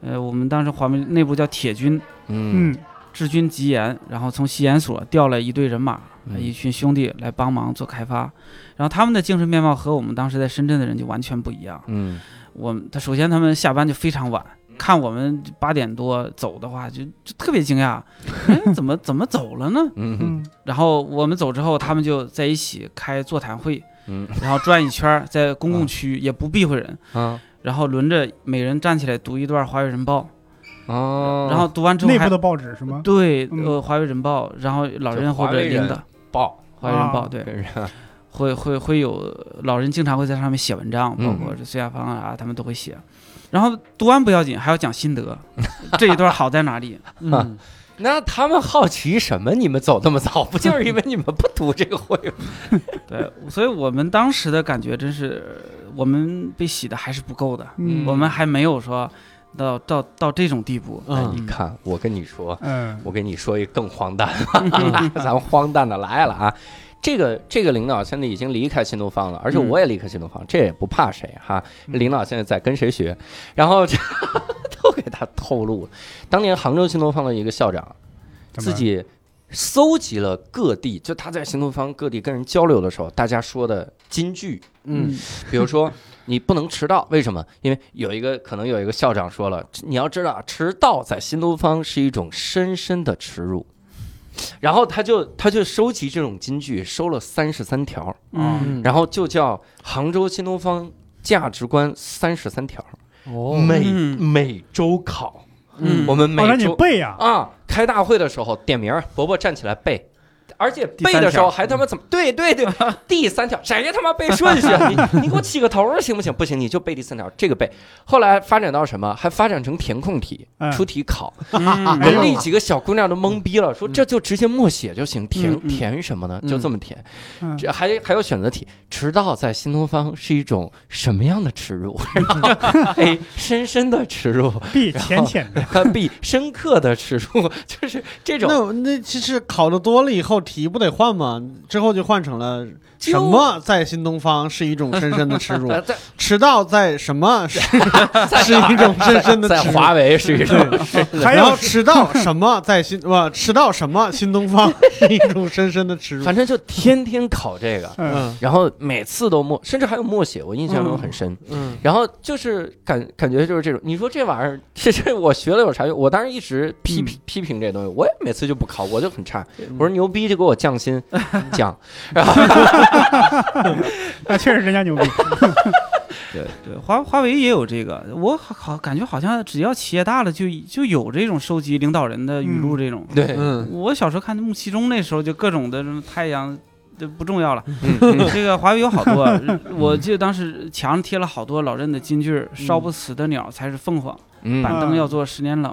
E: 呃，我们当时华为内部叫铁军，
A: 嗯
B: 嗯，
E: 治军急研，然后从西研所调了一队人马，呃
A: 嗯
E: 一群兄弟来帮忙做开发，然后他们的精神面貌和我们当时在深圳的人就完全不一样。
A: 嗯
E: 我们他首先他们下班就非常晚，看我们八点多走的话，就就特别惊讶，哎，怎么怎么走了呢？
A: 嗯
B: 嗯，
E: 然后我们走之后，他们就在一起开座谈会，
A: 嗯
E: 然后转一圈儿，在公共区也不避讳人，
A: 啊
E: 然后轮着每人站起来读一段《华为人报
A: 哦》，，
E: 然后读完之后
B: 内部
E: 还
B: 的报纸是吗？
E: 对
B: 嗯
E: 呃《华为人报》，然后老
A: 就
E: 人
A: 华
E: 或者
A: 为人啊
E: 领导《
A: 报
E: 华为人报》
B: 啊
E: 对，
A: 跟人
E: 会会会有老人经常会在上面写文章，包
A: 嗯
E: 括这孙亚芳啊，他们都会写。然后读完不要紧，还要讲心得， 这一段好在哪里？
D: 嗯，
A: 那他们好奇什么？你们走那么早，不就是因为你们不读这个会吗？
E: 对，所以我们当时的感觉真是，呃我们被洗的还是不够的。
B: 嗯
E: 我们还没有说到到到这种地步。
A: 哎
D: 嗯
A: 你看，我跟你说，
B: 嗯
A: 我跟你说一个更荒诞，
B: 啊
A: 咱荒诞的来了啊！这个这个领导现在已经离开新东方了，而且
E: 嗯
A: 我也离开新东方，这也不怕谁哈。
B: 嗯
A: 领导现在在跟谁学，然后 这都给他透露了。当年杭州新东方的一个校长
B: 怎么
A: 自己搜集了各地，就他在新东方各地跟人交流的时候，大家说的金句，
D: 嗯，
A: 比如说你不能迟到，为什么？因为有一个可能有一个校长说了，你要知道，迟到在新东方是一种深深的耻辱。然后他就他就收集这种金句，收了三十三条，
E: 嗯，
D: 嗯
A: 然后就叫杭州新东方价值观三十三条，
D: 哦
A: 每
E: 嗯
A: 每周考，
E: 嗯
A: 我们
B: 哦，那
A: 每
B: 你
A: 周
B: 背呀？
A: 啊开大会的时候点名，伯伯站起来背。而且背的时候还他妈怎么？对对对，第三条谁他妈背顺序啊？你你给我起个头儿行不行？不行你就背第三条，这个背。后来发展到什么？还发展成填空题
B: 嗯，
A: 出题考。
E: 嗯
B: 哎
A: 人
B: 呦
A: 那几个小姑娘都懵逼了，说这就直接默写就行，填
E: 嗯嗯
A: 填什么呢？
D: 嗯
A: 就这么填。
B: 嗯
A: 这还还有选择题，迟到在新东方是一种什么样的耻辱 ？A 深深的耻辱
B: ，B 浅浅的，
A: ，B 深刻的耻辱， 就是这种。
D: 那那其实考的多了以后题不得换吗？之后就换成了
A: 就
D: 什么在新东方是一种深深的耻辱，
A: 呃在
D: 迟到在什 么是
A: 在
D: 是一种深深的
A: 在
D: 耻辱。
A: 华为是一种
B: 还
D: 然后
B: 有
D: 迟到什么在新哇迟到什么新东 方是一种深深的耻辱。
A: 反正就天天考这个，
B: 嗯，
D: 嗯
A: 然后每次都默，甚至还有默写，我印象中很深。
D: 嗯
A: 然后就是感感觉就是这种，你说这玩意儿， 这这我学了有啥用？我当时一直
D: 嗯
A: 批评批评这东西，我也每次就不考，我就很差。我说牛逼就给我降薪 降，然后
B: 那确实人家牛逼。
E: 对 对，华华为也有这个，我好好感觉好像只要企业大了就就有这种收集领导人的语录这种。
A: 对，
D: 嗯
E: 我小时候看穆其中那时候就各种的什么太阳。这不重要了，
A: 嗯嗯
E: 这个华为有好多，我记得当时墙上贴了好多老任的金句儿：“烧不死的鸟才是凤凰，
A: 嗯
E: 板凳要做十年冷。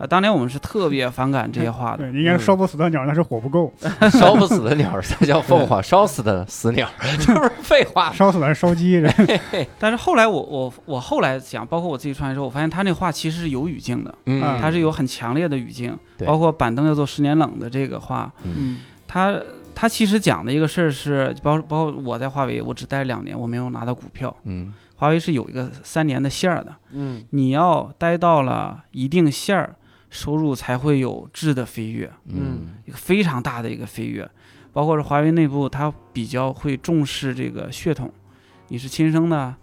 E: 啊，当年我们是特别反感这些话的。
B: 嗯啊对，应该是烧不死的鸟，但是火不够，
A: 嗯 烧不死的鸟儿才叫凤凰，烧死的死鸟儿 就是废话。
B: 烧死的是烧鸡。嗯这
E: 但是后来我我我后来想，包括我自己创业之后，我发现他那话其实是有语境的，
A: 嗯，
B: 嗯
E: 它是有很强烈的语境，
A: 对
E: 包括板凳要做十年冷的这个话，
B: 嗯
E: 他他其实讲的一个事儿是，包包括我在华为，我只待了两年，我没有拿到股票。
A: 嗯
E: 华为是有一个三年的线儿的，
D: 嗯
E: 你要待到了一定线儿，收入才会有质的飞跃，
A: 嗯
E: 一个非常大的一个飞跃。包括是华为内部，它比较会重视这个血统，你是亲生的啊、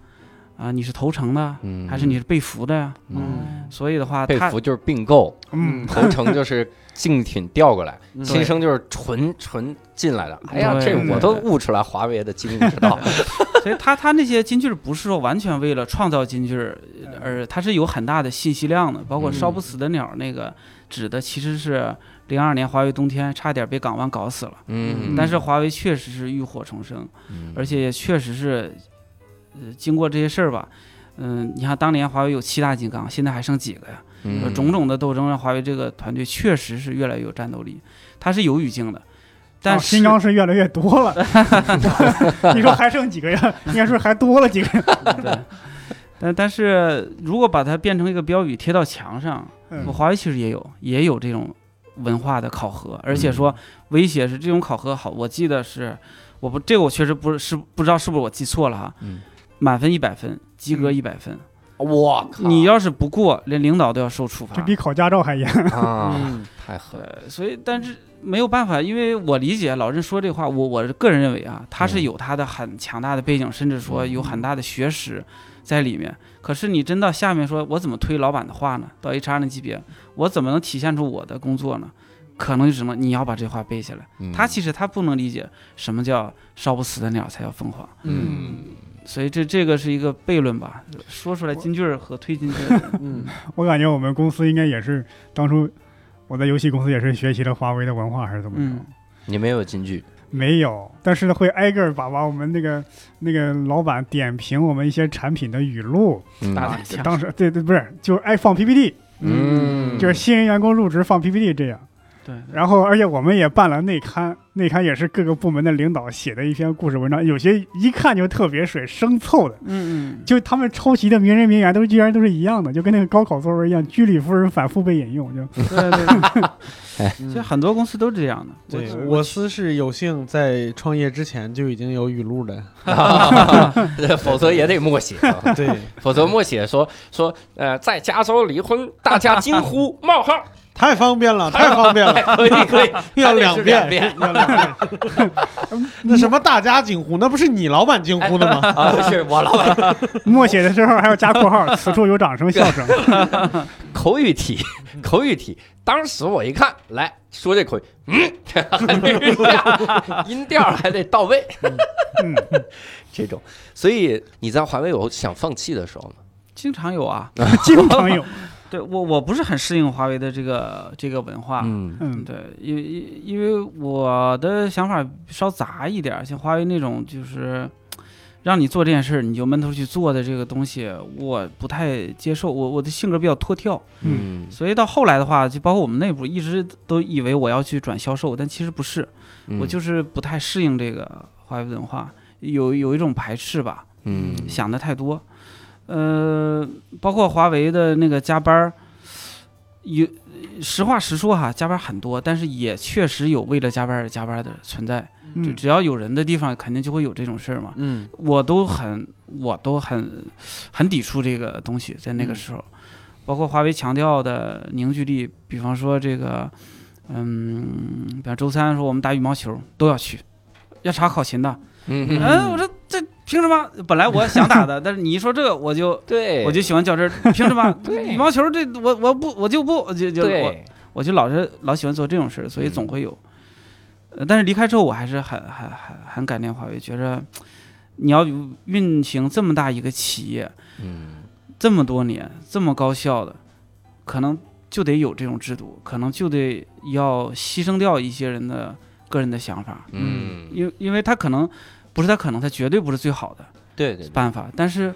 E: 你是投诚的，
A: 嗯，
E: 还是你是被服的呀？
D: 嗯
E: 所以的话，
A: 被
E: 它
A: 服就是并 购，
B: 嗯，
A: 投诚就是竞品调过来，
D: 嗯
A: 新生就是纯纯进来的。哎呀，
E: 对
A: 这
B: 对
A: 我都悟出来华为的经营之 道。
E: 所以他他那些金句儿不是说完全为了创造金句儿而，它是有很大的信息量的。包括
A: 嗯
E: 烧不死的鸟儿那个指的其实是零二年华为冬天差点被港湾搞死了，
A: 嗯，
E: 但是华为确实是浴火重生，
A: 嗯
E: 而且也确实是，呃，经过这些事儿吧。嗯，你看当年华为有七大金刚，现在还剩几个呀？呃
A: 嗯
E: 种种的斗争让华为这个团队确实是越来越有战斗力，它是有语境的，但
B: 啊
E: 是、
B: 新疆是越来越多了。 你说还剩几个呀？应该说还多了几个呀。
E: 对，但但是如果把它变成一个标语贴到墙上，
B: 嗯
E: 我华为其实也有也有这种文化的考核，而
B: 嗯
E: 且说威胁是这种考核好，我记得是我不这个我确实不是是不知道是不是我记错了哈，
A: 嗯
E: 满分一百分，及格一百分，
A: 我靠，
E: 你要是不过，连领导都要受处罚
B: 这。比考驾照还严。
A: 啊，
D: 嗯
A: 太狠了。
E: 对，呃所以但是没有办法，因为我理解老任说这话，我我个人认为啊，他是有他的很强大的背景，甚至说有很大的学识在里面。可是你真到下面说，我怎么推老板的话呢？到 HR 那级别，我怎么能体现出我的工作呢？可能就只能你要把这话背下来。
A: 嗯
E: 他其实他不能理解什么叫烧不死的鸟才叫凤凰，
A: 嗯
E: 所以这这个是一个悖论吧。说出来金句儿和推金句儿，
D: 嗯
B: 我感觉我们公司应该也是当初我在游戏公司也是学习了华为的文化还是怎么着？
E: 嗯
A: 你没有金句，
B: 没有，但是呢会挨个儿把把我们那个那个老板点评我们一些产品的语录。
A: 嗯
E: 打
B: 啊
E: 打架
B: 当时对对不是，就是爱放 PPT，
A: 嗯，
B: 就是 新人员工入职放 PPT 这样。
E: 对，
B: 然后，而且我们也办了内刊，内刊也是各个部门的领导写的一篇故事文章，有些一看就特别水，生凑的，
E: 嗯嗯，
B: 就他们抄袭的名人名言都居然都是一样的，就跟那个高考作文一样，居里夫人反复被引用，就
E: 对对对，
A: 哎
E: 其实
D: 嗯，
E: 很多公司都这样的。
A: 嗯
D: 对，我司是有幸在创业之前就已经有语录的，
A: 否则也得默写。啊
D: 对，
A: 否则默写说说呃，在加州离婚，大家惊呼冒号，
D: 太方便了，太方便了，
A: 可以可以，
D: 要
A: 还得
D: 两
A: 是
D: 遍
A: 遍
D: 那什么大家惊呼，那不是你老板惊呼的吗？
A: 啊，不是我老板
B: 默写的时候还要加括号，此处有掌声笑声。
A: 口语题，口语题。当时我一看，来说这口语，嗯， 还得是这样，音调还得到位，
B: 嗯，
A: 这种。所以你在华为有想放弃的时候吗？
E: 经常有啊，
A: 嗯
B: 经常有，
E: 对我我不是很适应华为的这个这个文化，
A: 嗯
B: 嗯，
E: 对，因为因因为我的想法稍杂一点儿，像华为那种就是让你做这件事儿，你就闷头去做的这个东西，我不太接受，我我的性格比较脱跳，
A: 嗯
E: 所以到后来的话，就包括我们内部一直都以为我要去转销售，但其实不是，
A: 嗯
E: 我就是不太适应这个华为文化，有有一种排斥吧，
A: 嗯
E: 想的太多。呃，包括华为的那个加班儿，有实话实说哈，加班儿很多，但是也确实有为了加班儿而加班儿的存在。就
B: 嗯，
E: 只要有人的地方，肯定就会有这种事儿嘛。
D: 嗯
E: 我都很，我都很，很抵触这个东西，在那个时候，包括华为强调的凝聚力，比方说这个，嗯，比方周三说我们打羽毛球都要去，要查考勤的，
A: 嗯，
E: 嗯，我说这凭什么？本来我想打的， 但是你一说这个，我就
A: 对，
E: 我就喜欢较真儿。凭 什么？羽毛球这我我不我就不我就就我
A: 对，
E: 我就老是老喜欢做这种事儿，所以总会有。
A: 嗯
E: 呃但是离开之后，我还是很很很很感念华为，觉着你要运行这么大一个企业，
A: 嗯
E: 这么多年这么高效的，可能就得有这种制度，可能就得要牺牲掉一些人的个人的想法，
A: 嗯，
E: 因为因为他可能不是他可能他绝对不是最好的。
A: 对对，
E: 办法，但是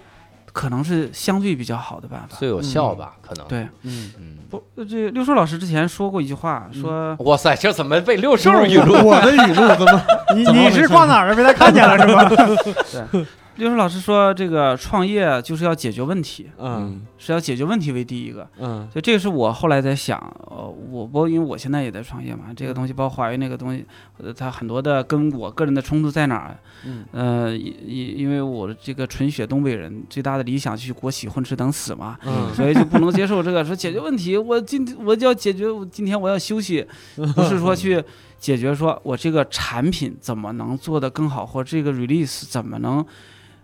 E: 可能是相对比较好的办法。
A: 最有效吧？可能。
E: 对，
F: 嗯，
A: 嗯，
E: 不，呃这六叔老师之前说过一句话，说
A: 哇塞，这怎么被六兽语录？
F: 我的语录怎么？
B: 你
F: 怎么
B: 你
F: 回
B: 是
F: 事
B: 放哪儿了？被他看见了是吧？
E: 六叔老师说这个创业就是要解决问题，
C: 嗯
E: 是要解决问题为第一个。
C: 嗯
E: 所以这个是我后来在想，呃，我不因为我现在也在创业嘛，这个东西包括华为那个东西，呃，它很多的跟我个人的冲突在哪儿？
C: 嗯，
E: 呃，因因因为我这个纯血东北人，最大的理想就是国企混吃等死嘛。
C: 嗯
E: 所以就不能接受这个说解决问题，我今天我就要解决，我今天我要休息，不是说去解决说我这个产品怎么能做得更好，或这个 release 怎么能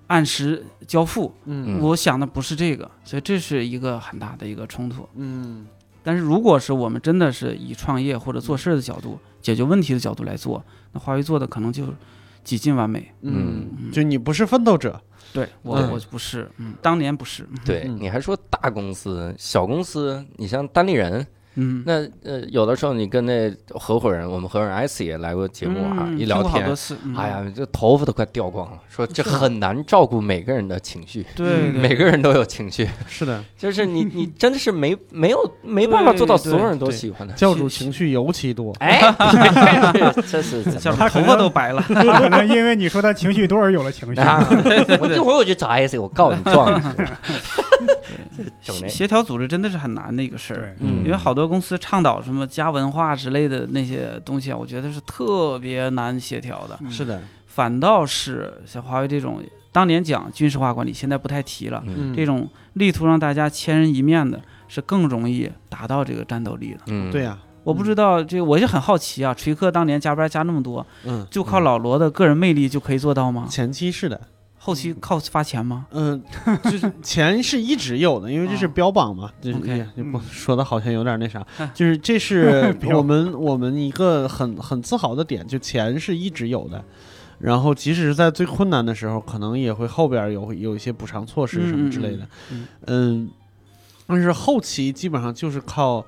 E: 按时交付，
C: 嗯
E: 我想的不是这个，所以这是一个很大的一个冲突。
C: 嗯
E: 但是如果是我们真的是以创业或者做事儿的角度、解决问题的角度来做，那华为做的可能就几近完美。
C: 嗯，就你不是奋斗者，
E: 对我，
C: 嗯
E: 我不是，嗯，当年不是，
A: 对，
C: 嗯
A: 你还说大公司、小公司，你像单立人，
E: 嗯，
A: 那呃，有的时候你跟那合伙人，我们合伙人 S 也来过节目啊，
E: 嗯
A: 一聊
E: 听过好
A: 天
E: 多，次，嗯
A: 哎，呀，这头发都快掉光了，说这很难照顾每个人的情绪，
E: 对，对
A: 每个人都有情 绪，
C: 是的，
A: 就是你你真的是没没有没办法做到
E: 对
A: 所有人都
C: 对
A: 喜欢的。
C: 教主情绪尤其多。
A: 哎，这是怎
E: 小
A: 么
E: 时候头发都白 了，
B: 他可能因为你说他情绪多而有了情绪。
A: 啊我一会儿我就找 S，我告你状你去。 整那
E: 协调组织真的是很难的一个事儿。
B: 对，
A: 嗯
E: 因为好多公司倡导什么加文化之类的那些东西啊，我觉得是特别难协调的。
C: 是的，
E: 反倒是像华为这种，当年讲军事化管理，现在不太提了。
A: 嗯
C: 嗯，
E: 这种力图让大家千人一面的，是更容易达到这个战斗力的。
A: 嗯，
C: 对呀，
E: 我不知道这，我就很好奇啊，锤科当年加班加那么多，
C: 嗯，
E: 就靠老罗的个人魅力就可以做到吗？
C: 前期是的，
E: 后期靠发钱吗？
C: 嗯，就是 钱是一直有的，因为这是标榜嘛，就是
E: 啊 OK，
C: 哎呀也不
B: 嗯
C: 说的好像有点那啥
E: 嗯，
C: 就是这是
B: 标
C: 我们我们一个很很自豪的点，就钱是一直有的。然后，即使是在最困难的时候，可能也会后边有有一些补偿措施什么之类的。
E: 嗯
C: 嗯，但是后期基本上就是靠，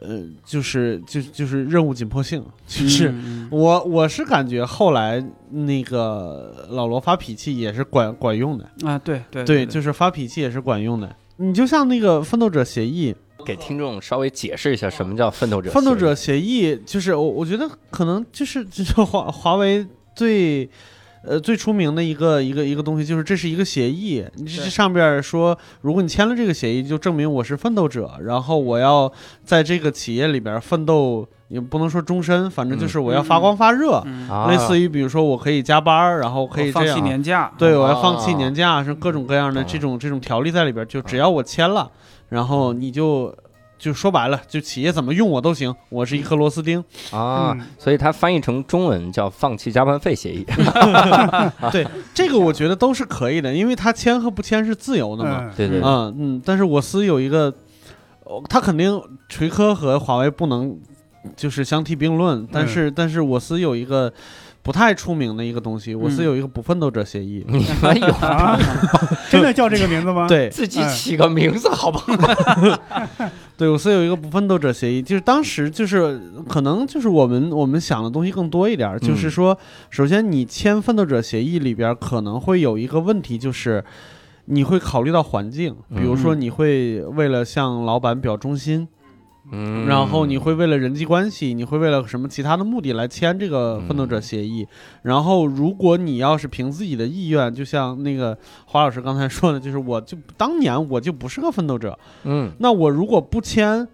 C: 呃，就是就就是任务紧迫性，就是、
E: 嗯
C: 我我是感觉后来那个老罗发脾气也是管管用的，
E: 啊，对
C: 对，
E: 对对，
C: 就是发脾气也是管用的。你就像那个《奋斗者协议》，
A: 给听众稍微解释一下什么叫奋斗者协
C: 《
A: 议。
C: 奋斗者协议》就是我我觉得可能就是就是华华为最。呃，最出名的一个一个一个东西就是这是一个协议，你这
E: 对
C: 上边说，如果你签了这个协议，就证明我是奋斗者，然后我要在这个企业里边奋斗，也不能说终身，反正就是我要发光发热，
E: 嗯
A: 啊，
C: 类似于比如说我可以加班儿，然后可以
E: 我放
C: 这
E: 弃
C: 样，啊
E: 年假，啊
C: 对，我
A: 哦
C: 要放弃年假，是各种各样的
A: 懂
C: 这
A: 了
C: 种这种条例在里边儿，就只要我签了，然后你就就说白了，就企业怎么用我都行，我是一颗螺丝钉。
A: 啊，
B: 嗯
A: 所以它翻译成中文叫放弃加班费协议。
C: 这个我觉得都是可以的，因为他签和不签是自由的嘛。
B: 嗯，
A: 对对 对，
C: 嗯嗯，但是我司有一个，哦他肯定锤科和华为不能就是相提并论，但是但是我司有一个不太出名的一个东西，我司
E: 嗯
C: 有一个不奋斗者协议。
A: 你们有
B: 啊，真的叫这个名字吗？，
C: 对，
A: 自己起个名字好不好？
C: 对，我司有一个不奋斗者协议，就是当时就是可能就是我们我们想的东西更多一点儿，就是
A: 嗯
C: 说，首先你签奋斗者协议里边儿可能会有一个问题，就是你会考虑到环境，比如说
E: 嗯
C: 你会为了向老板表忠心，
A: 嗯
C: 然后你会为了人际关系，你会为了什么其他的目的来签这个奋斗者协议。然后，如果你要是凭自己的意愿，就像那个华老师刚才说的，就是我就当年我就不是个奋斗者，
A: 嗯
C: 那我如果不签，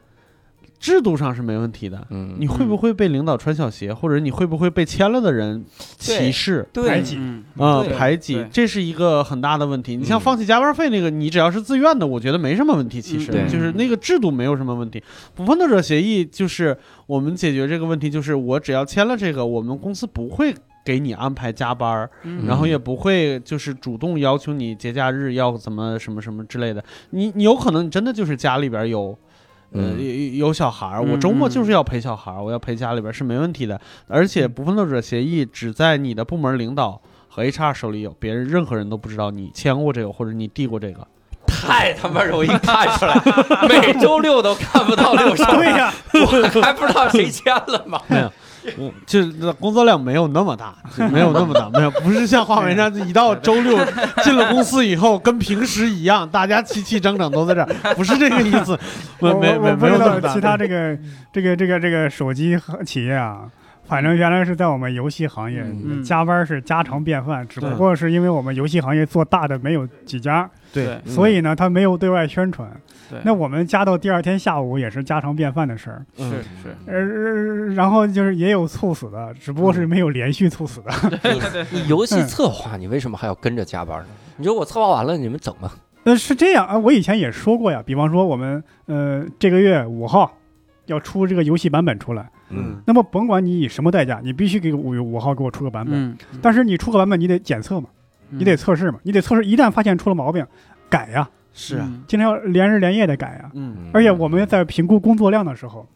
C: 制度上是没问题的。
A: 嗯，
C: 你会不会被领导穿小鞋，或者你会不会被签了的人歧视
B: 排
A: 对
B: 挤
E: 嗯，
C: 啊、
A: 对
C: 排挤
E: 对？
C: 这是一个很大的问题。你像
A: 嗯
C: 放弃加班费那个，你只要是自愿的，我觉得没什么问题。其
A: 嗯
C: 实
A: 对
C: 就是那个制度没有什么问题。不奋斗者协议就是我们解决这个问题，就是我只要签了这个，我们公司不会。给你安排加班儿，
E: 嗯
C: 然后也不会就是主动要求你节假日要怎么什么什么之类的。你你有可能你真的就是家里边有呃，
A: 嗯
C: 有有小孩儿，
E: 嗯
C: 我周末就是要陪小孩儿，我要陪家里边儿是没问题的。而且不奋斗者协议只在你的部门领导和 HR 手里有，别人任何人都不知道你签过这个或者你递过这个。
A: 太他妈容易看出来，每周六都看不到六兽，
B: 对呀，
A: 我还不知道谁签了吗？
C: 没有就是工作量没有那么大，就没有那么大，没有不是像华为上一到周六进了公司以后跟平时一样，大家齐齐整整都在这儿，不是这个意 思，没
B: 我
C: 没
B: 我
C: 没
B: 我不
C: 没有
B: 知
C: 那
B: 道
C: 么大。
B: 其他这个这个这个这个手机和企业啊，反正原来是在我们游戏行业，
E: 嗯
B: 加班是家常便饭，只不
C: 对
B: 过是因为我们游戏行业做大的没有几家，
E: 对，
C: 嗯
B: 所以呢，他没有对外宣传
E: 对。
B: 那我们加到第二天下午也是家常便饭的事儿，
C: 嗯
E: 是是，
B: 呃，然后就是也有猝死的，只不过
C: 嗯
B: 是没有连续猝死的。
A: 你游戏策划，你为什么还要跟着加班呢？你说我策划完了，你们整吧。
B: 呃，是这样啊，我以前也说过呀，比方说我们呃这个月五号要出这个游戏版本出来，
A: 嗯，
B: 那么甭管你以什么代价，你必须给五五号给我出个版本。
E: 嗯，
B: 但是你出个版本，你得检测嘛，你
A: 嗯
B: 得测试嘛，你得测试，一旦发现出了毛病，改呀，
C: 是啊，
E: 嗯
B: 今天要连日连夜的改呀。
C: 嗯
B: 而且我们在评估工作量的时候，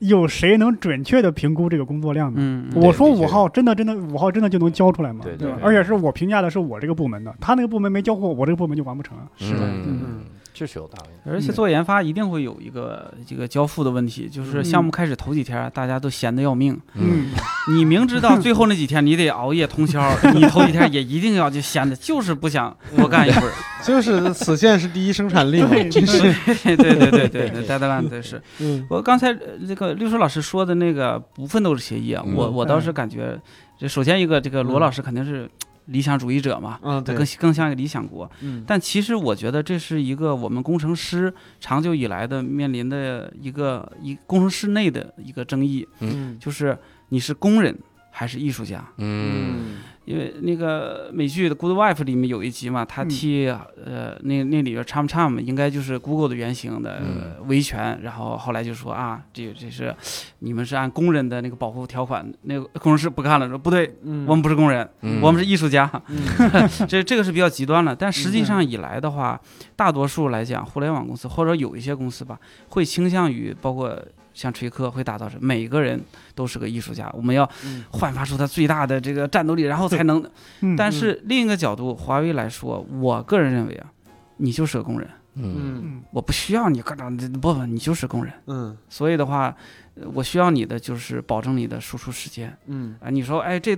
B: 有谁能准确的评估这个工作量呢？
E: 嗯，嗯
A: 对
B: 我说
A: 的确
B: 五号真的真的五号真的就能交出来吗？
A: 对对
E: 对
B: 而且是我评价的是我这个部门的，他那个部门没交货，我这个部门就完不成啊。
E: 是的
A: 嗯，这是有道理。
E: 而且做研发一定会有一个这个交付的问题，就是项目开始头几天大家都闲得要命，
A: 嗯，
E: 你明知道最后那几天你得熬夜通宵，你头几天也一定要就闲的，就是不想多干一会儿。
C: 就是此线是第一生产力嘛，
B: 嗯对
C: 真是，
E: 对对对对对对，deadline 对是。
C: 嗯
E: 我刚才呃这个六叔老师说的那个不奋斗的协议啊，
A: 嗯
E: 我我倒是感觉，这首先一个这个罗老师肯定是理想主义者嘛，
C: 嗯，
E: 他
C: 对
E: 更，更像一个理想国。
C: 嗯
E: 但其实我觉得这是一个我们工程师长久以来的面临的一个一工程师内的一个争议，
C: 嗯
E: 就是你是工人还是艺术家？
A: 嗯，
E: 因为那个美剧的《Good Wife》里面有一集嘛，他
B: 嗯
E: 替、呃那那里边 Cham Cham 应该就是 Google 的原型的、
A: 嗯
E: 呃维权，然后后来就说啊，这这是你们是按工人的那个保护条款，那个工程师不干了，说不对，
C: 嗯，
E: 我们不是工人，
A: 嗯
E: 我们是艺术家，
C: 嗯
E: 这这个是比较极端了。但实
B: 嗯
E: 际上以来的话，大多数来讲，互联网公司或者有一些公司吧，会倾向于包括像锤科会打造成每个人都是个艺术家，我们要
C: 嗯
E: 焕发出他最大的这个战斗力，然后才能。
B: 嗯，
E: 但是另一个角度，华为来说，我个人认为啊，你就是个工人，
A: 嗯
C: 嗯
E: 我不需要你干啥，不不，你就是工人。
C: 嗯
E: 所以的话，呃我需要你的就是保证你的输出时间
C: 嗯
E: 啊。你说，哎，这，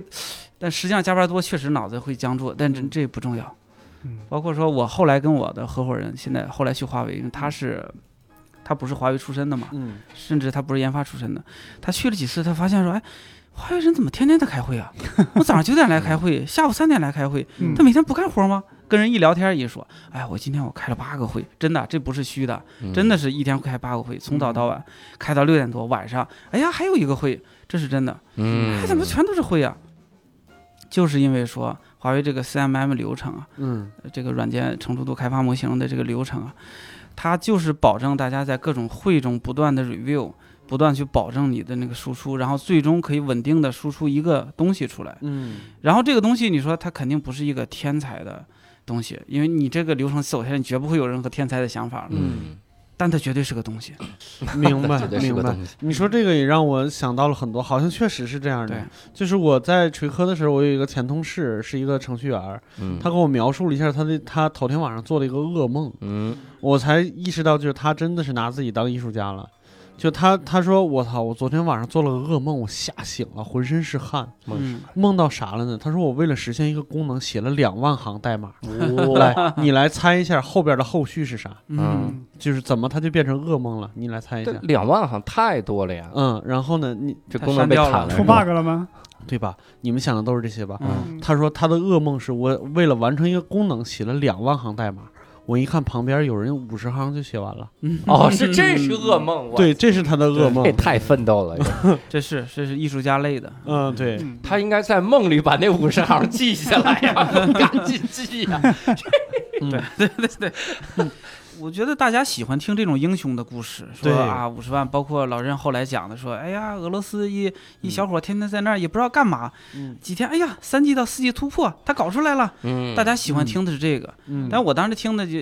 E: 但实际上加班多确实脑子会僵住，但这
C: 嗯
E: 这不重要。
B: 嗯
E: 包括说我后来跟我的合伙人，现在后来去华为，因为
B: 嗯
E: 他是他不是华为出身的嘛，
C: 嗯
E: 甚至他不是研发出身的，他去了几次，他发现说，哎，华为人怎么天天在开会啊？ 我早上九点来开会，下午三点来开会，
B: 嗯
E: 他每天不干活吗？跟人一聊天也说，哎，我今天我开了八个会，真的，这不是虚的，真的是一天开八个会，从
B: 嗯
E: 早到晚开到六点多，晚上，哎呀，还有一个会，这是真的。
A: 嗯，
E: 哎，怎么全都是会啊？就是因为说华为这个 CMM 流程啊，
C: 嗯
E: 呃这个软件成熟度开发模型的这个流程啊，它就是保证大家在各种会中不断的 review，不断去保证你的那个输出，然后最终可以稳定的输出一个东西出来。
C: 嗯
E: 然后这个东西，你说它肯定不是一个天才的东西，因为你这个流程走下来，你绝不会有任何天才的想法了，
A: 嗯，
E: 但它绝对是个东西。
C: 明白
A: 绝对是
C: 明
A: 个
C: 白。
A: 东西。
C: 你说这个也让我想到了很多，好像确实是这样
E: 对
C: 的。就是我在锤科的时候，我有一个前同事是一个程序员儿，
A: 嗯，
C: 他给我描述了一下他的他头天晚上做了一个噩梦，
A: 嗯
C: 我才意识到就是他真的是拿自己当艺术家了。就他他说我操，我昨天晚上做了个噩梦，我吓醒了，浑身是汗，
E: 嗯，
C: 梦到啥了呢？他说我为了实现一个功能写了两万行代码，
A: 哦
C: 来你来猜一下后边的后续是啥？
E: 嗯，
C: 就是怎么他就变成噩梦了？你来猜一
A: 这
C: 下。
A: 两万好像太多了呀，
C: 嗯，然后呢，你
A: 这功能被砍了，
B: 出 bug 了吗？
C: 对吧？你们想的都是这些吧？
E: 嗯
C: 他说他的噩梦是我为了完成一个功能写了两万行代码，我一看旁边有人五十行就写完了。
E: 嗯
A: 哦，是这是噩，梦，哇
C: 对，，这是他的噩
A: 这
C: 梦。
A: 太奋斗了。
E: 嗯这是这是艺术家类的。
C: 嗯，对，
B: 嗯
A: 他应该在梦里把那五十行记下来呀， 赶紧记呀。
E: 我觉得大家喜欢听这种英雄的故事，说
C: 对
E: 啊五十万，包括老任后来讲的，说哎呀，俄罗斯一一小伙天天在那儿也不知道干嘛，
C: 嗯
E: 几天哎呀，三 G 到四 G 突破，他搞出来了，
A: 嗯
E: 大家喜欢听的是这个。
C: 嗯，
E: 但我当时听的就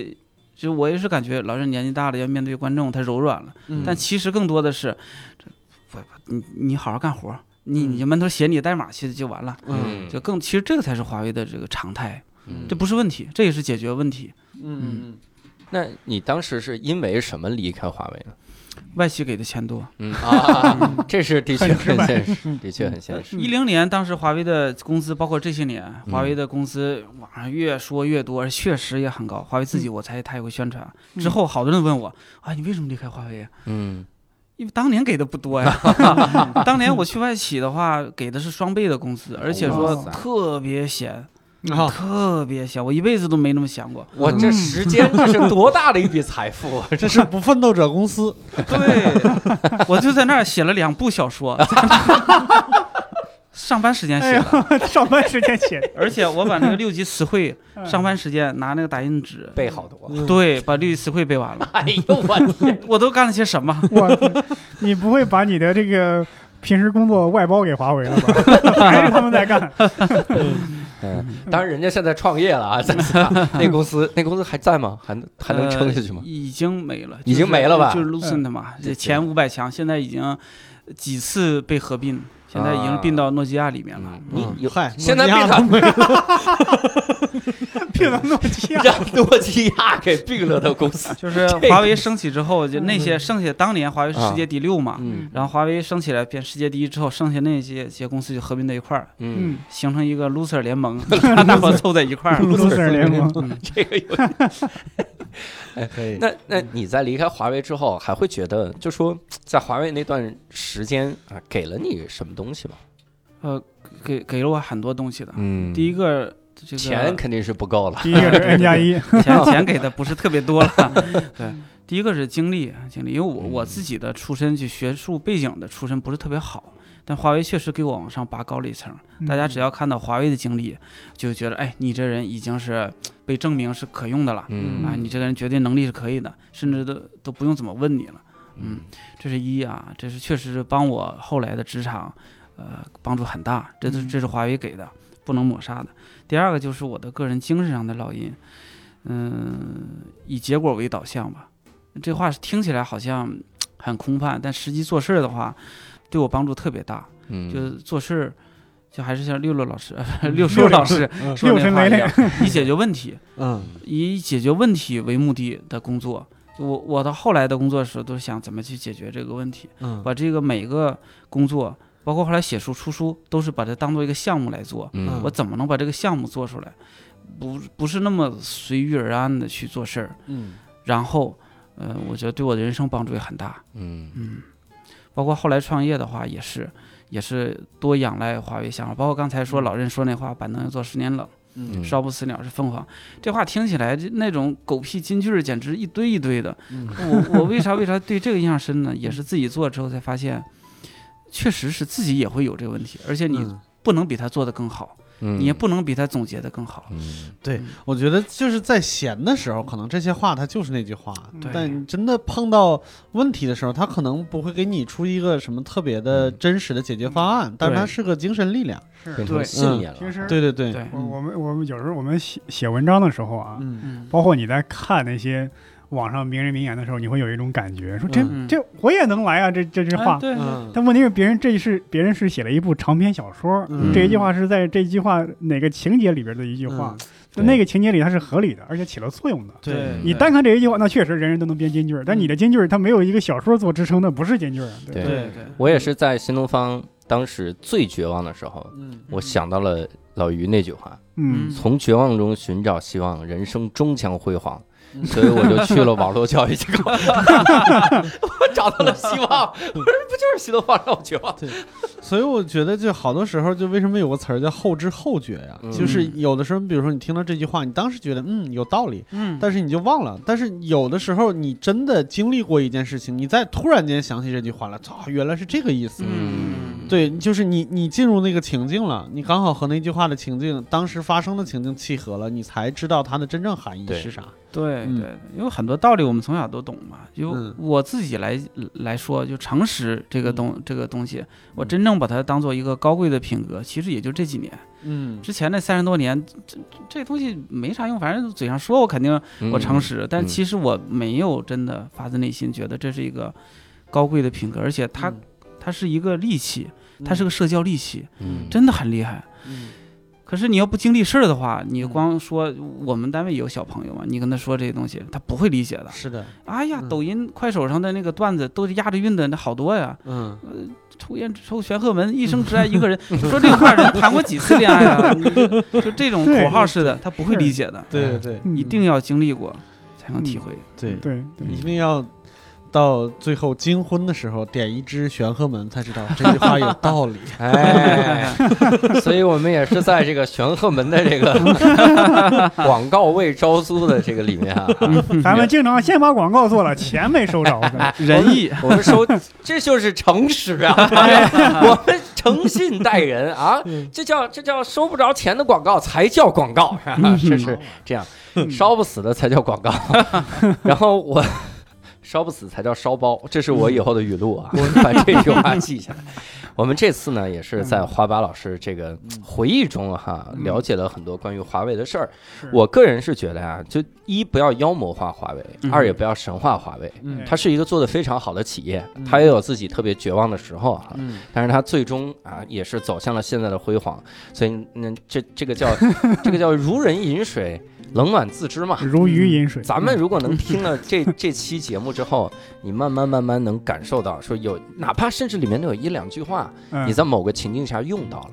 E: 就我也是感觉老任年纪大了，要面对观众，他柔软了。
C: 嗯
E: 但其实更多的是，这不不，你你好好干活，你你就闷头写你的代码去就完了，
C: 嗯
E: 就更其实这个才是华为的这个常态，
A: 嗯
E: 这不是问题，这也是解决问题。
C: 嗯嗯
A: 那你当时是因为什么离开华为呢？
E: 外企给的钱多。
A: 嗯啊，这是的确很现实，的确很现实。
E: 一零年当时华为的工资，包括这些年
A: 嗯
E: 华为的工资网上越说越多，而确实也很高。华为自
A: 嗯
E: 己我猜他也会宣传。之后好多人问我啊，你为什么离开华为呀？
A: 嗯
E: 因为当年给的不 多呀，当年我去外企的话，给的是双倍的工资，而且
A: 哇
E: 说
A: 塞啊
E: 特别闲，
C: 然后
E: 特别闲，我一辈子都没那么 想过。
A: 我这时间这是多大的一笔财富啊！
C: 这是不奋斗者公司，
E: 对，我就在那儿写了两部小说， 上班时间写
A: 哎
E: 的，
B: 嗯哎 上班时间写的，
E: 而且我把那个六级 词汇
B: 嗯
E: 上班时间拿那个打印纸，
A: 背好多，
E: 对，把六级词汇背完了。
A: 哎呦我天，
E: 我都干了些什么？
B: 我，你不会把你的这个平时工作外包给华为了吧？ 还是他们在 干？
A: 嗯，当然人家现在创业了啊，在那公司那公司还在吗？还能还能撑下去吗
E: 呃？已经没了，
A: 已经没了吧嗯
E: 就是就是 Lucent 嘛，这前五百强现在已经几次被合并，现在已经并到诺基亚里面了。
A: 啊嗯，你有
C: 嗨，
A: 现在
C: 诺
A: 被
C: 基亚
A: 他
C: 都没了
B: 骗到诺基 亚，
A: 让诺基亚给并了的公 司，
E: 就是
A: 这个
E: 华为升起之后，就那些剩下当年华为是世界第六嘛，
A: 嗯
E: 然后华为升起来变世界第一之后，剩下那些些公司就合并在一块儿，
A: 嗯，
E: 形成一个 loser 联盟， 大伙凑在一块儿。
B: loser 联盟，
C: 嗯
A: 这个有。那那你在离开华为之后，还会觉得就说在华为那段时间啊，给了你什么东西吗？
E: 呃，给给了我很多东西的，
A: 嗯
E: 第一个这个
A: 钱肯定是不够了，
B: 第一个是 N 加一，
E: 钱钱给的不是特别多了。对，第一个是经历，啊经历，因为
A: 嗯
E: 我我自己的出身就学术背景的出身不是特别好，但华为确实给我往上拔高了一层。
A: 嗯
E: 大家只要看到华为的经历，就觉得哎，你这人已经是被证明是可用的了。
A: 嗯
E: 啊，你这个人绝对能力是可以的，甚至都都不用怎么问你了。嗯，这是一啊，这是确实帮我后来的职场，呃，帮助很大。这是
B: 嗯
E: 这是华为给的，不能抹杀的。第二个就是我的个人精神上的烙印，嗯，以结果为导向吧。这话是听起来好像嘖很空泛，但实际做事儿的话，对我帮助特别大。
A: 嗯
E: 就是做事儿，就还是像六六老师、 六叔老师
C: 嗯
E: 说那
B: 六神
E: 话
B: 磊
E: 一
B: 磊
E: 样，以解决问题。
C: 嗯，
E: 以解决问题为目的的工作。我我到后来的工作的时候，都是想怎么去解决这个问题，
C: 嗯
E: 把这个每个工作，包括后来写书、出书，都是把它当做一个项目来做。
A: 嗯
E: 呃我怎么能把这个项目做出来？不不是那么随遇而安的去做事儿。
C: 嗯，
E: 然后，呃，我觉得对我的人生帮助也很大。
A: 嗯
E: 嗯，包括后来创业的话，也是也是多仰赖华为想法。包括刚才说老任说那话，板凳要坐十年冷。
A: 嗯
E: 烧不死鸟是凤凰，这话听起来这那种狗屁金句儿简直一堆一堆的。
C: 嗯
E: 我我为啥为啥对这个印象深呢？也是自己做之后才发现，确实是自己也会有这个问题，而且你
C: 嗯
E: 不能比他做得更好，
A: 嗯
E: 你也不能比他总结得更好。
A: 嗯
C: 对
E: 嗯，
C: 我觉得就是在闲的时候，可能这些话它就是那句话
B: 对，
C: 但你真的碰到问题的时候，他可能不会给你出一个什么特别的真实的解决方案，但是它是个精神力量。
A: 变
B: 嗯是
A: 成
E: 对
A: 信念
B: 平
A: 了，
B: 时
C: 对对对，
E: 对
B: 我我们我们有时候我们写写文章的时候啊，
C: 嗯，
E: 嗯，
B: 包括你在看那些网上名人名言的时候，你会有一种感觉，说这
E: 嗯
B: 这我也能来啊，这这句话
E: 哎。对，
C: 嗯
B: 但问题是，别人这是别人是写了一部长篇小说，
C: 嗯
B: 这一句话是在这句话哪个情节里边的一句
C: 嗯
E: 嗯
B: 话，在
A: 对
B: 那个情节里它是合理的，而且起了作用的。
C: 对
B: 你单看这一句话，那确实人人都能编金句儿，但你的金句儿它没有一个小说做支撑，那不是金句儿啊。
A: 嗯
B: 对
A: 对
B: 吧，
E: 对对，
A: 我也是在新东方当时最绝望的时候，
C: 嗯
A: 我想到了老于那句话：“
B: 嗯，
E: 嗯
A: 从绝望中寻找希望，人生终将辉煌。”所以我就去了网络教育机构，我找到了希望。我说不就是新东方让我绝望？
C: 所以我觉得，就好多时候，就为什么有个词儿叫后知后觉呀、
A: 嗯
C: 就是有的时候，比如说你听到这句话，你当时觉得嗯有道理，
E: 嗯，
C: 但是你就忘了。但是有的时候，你真的经历过一件事情，你再突然间想起这句话来，操，原来是这个意思。
E: 嗯，
C: 对，就是你，你进入那个情境了，你刚好和那句话的情境，当时发生的情境契合了，你才知道它的真正含义
A: 对
C: 是啥。
E: 对
C: 嗯
E: 对，因为很多道理我们从小都懂嘛。就
C: 嗯
E: 我自己来来说，就常识这个东这个东西，我真正把它当做一个高贵的品格，其实也就这几年。
C: 嗯
E: 之前那三十多年，这这这东西没啥用，反正嘴上说我肯定
A: 嗯
C: 嗯
E: 我常识，但其实我没有真的发自内心觉得这是一个高贵的品格，而且它、
C: 嗯
E: 它是一个利器，它是个社交利器，
A: 嗯，
E: 真的很厉害。
C: 嗯
E: 可可是你要不经历事儿的话，你
C: 嗯
E: 光说我们单位有小朋友嘛，你跟他说这些东西，他不会理解的。
C: 是的，
E: 哎呀，
C: 嗯
E: 抖音、快手上的那个段子都是押着韵的，那好多呀。
C: 嗯，
E: 抽烟抽玄鹤门，一生只爱一个人。说这话，人谈过几次恋爱啊？你就这种口号似的，他不会理解的，
C: 对对
B: 嗯
E: 一定要经历过才能体会。
C: 对，
B: 对
A: 嗯
B: 对，
C: 一定要到最后金婚的时候点一支玄鹤门，才知道这句话有道理。
A: 哎， 所以我们也是在这个玄鹤门的这个广告位招租的这个里面啊，
B: 咱们经常先把广告做了，钱没收着，
E: 仁义，
A: 我们收，这就是诚实啊，我们诚信待人啊，这叫这叫收不着钱的广告才叫广告，这 是这样，烧不死的才叫广告，然后我。烧不死才叫烧包，这是我以后的语录啊！我把这句话记下来。我们这次呢，也是在花巴老师这个回忆中哈、
B: 嗯
A: 了解了很多关于华为的事儿。
B: 是
A: 我个人是觉得啊，就一不要妖魔化华为，
E: 嗯
A: 二也不要神化华为。
C: 嗯
A: 它是一个做的非常好的企业，它也有自己特别绝望的时候哈、
C: 嗯，
A: 但是它最终啊也是走向了现在的辉煌，所以那这这 个叫这个叫如人饮水，冷暖自知嘛。
B: 如鱼饮水。
A: 嗯咱们如果能听了这 这期节目之后，你慢慢慢慢能感受到，说有哪怕甚至里面都有一两句话，
B: 嗯
A: 你在某个情境下用到了。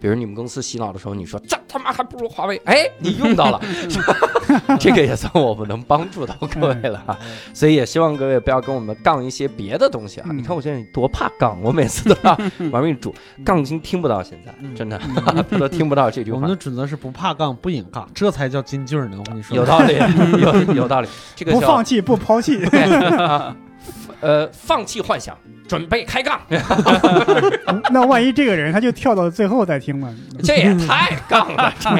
A: 比如你们公司洗脑的时候，你说这他妈还不如华为，哎，你用到 了，这个也算我们能帮助到各位了啊。所以也希望各位不要跟我们杠一些别的东西啊。
B: 嗯
A: 你看我现在多怕杠，我每次都 要玩命煮，杠精听不到，现在
B: 嗯
A: 真的都听 不到这句
C: 我
A: 话
C: 们的。准则是不怕杠，不引杠，这才叫金句儿呢。我跟你说，
A: 有 道理，有有道理。这个
B: 不
A: 叫 哎
B: 放弃，不抛弃，
A: 呃，放弃幻想，准备开杠，
B: 那万一这个人他就跳到最后再听了，嗯
A: 这也太杠了。 这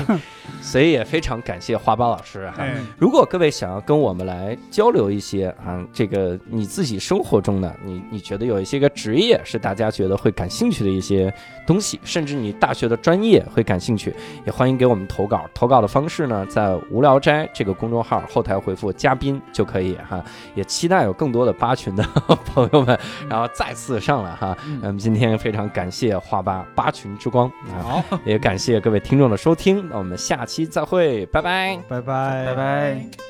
A: 所以也非常感谢花巴老师啊哈、
B: 哎，
A: 如果各位想要跟我们来交流一些啊，这个你自己生活中呢，你你觉得有一些个职业是大家觉得会感兴趣的一些东西，甚至你大学的专业会感兴趣，也欢迎给我们投稿。投稿的方式呢，在无聊斋这个公众号后台回复“嘉宾”就可以哈、也期待有更多的八群的 朋友们，然后再次上来哈。
C: 嗯
A: 那么、今天非常感谢花吧八群之光 啊，
C: 好，
A: 也感谢各位听众的收听，那我们下期再会，拜拜。
C: 拜拜，
E: 拜拜。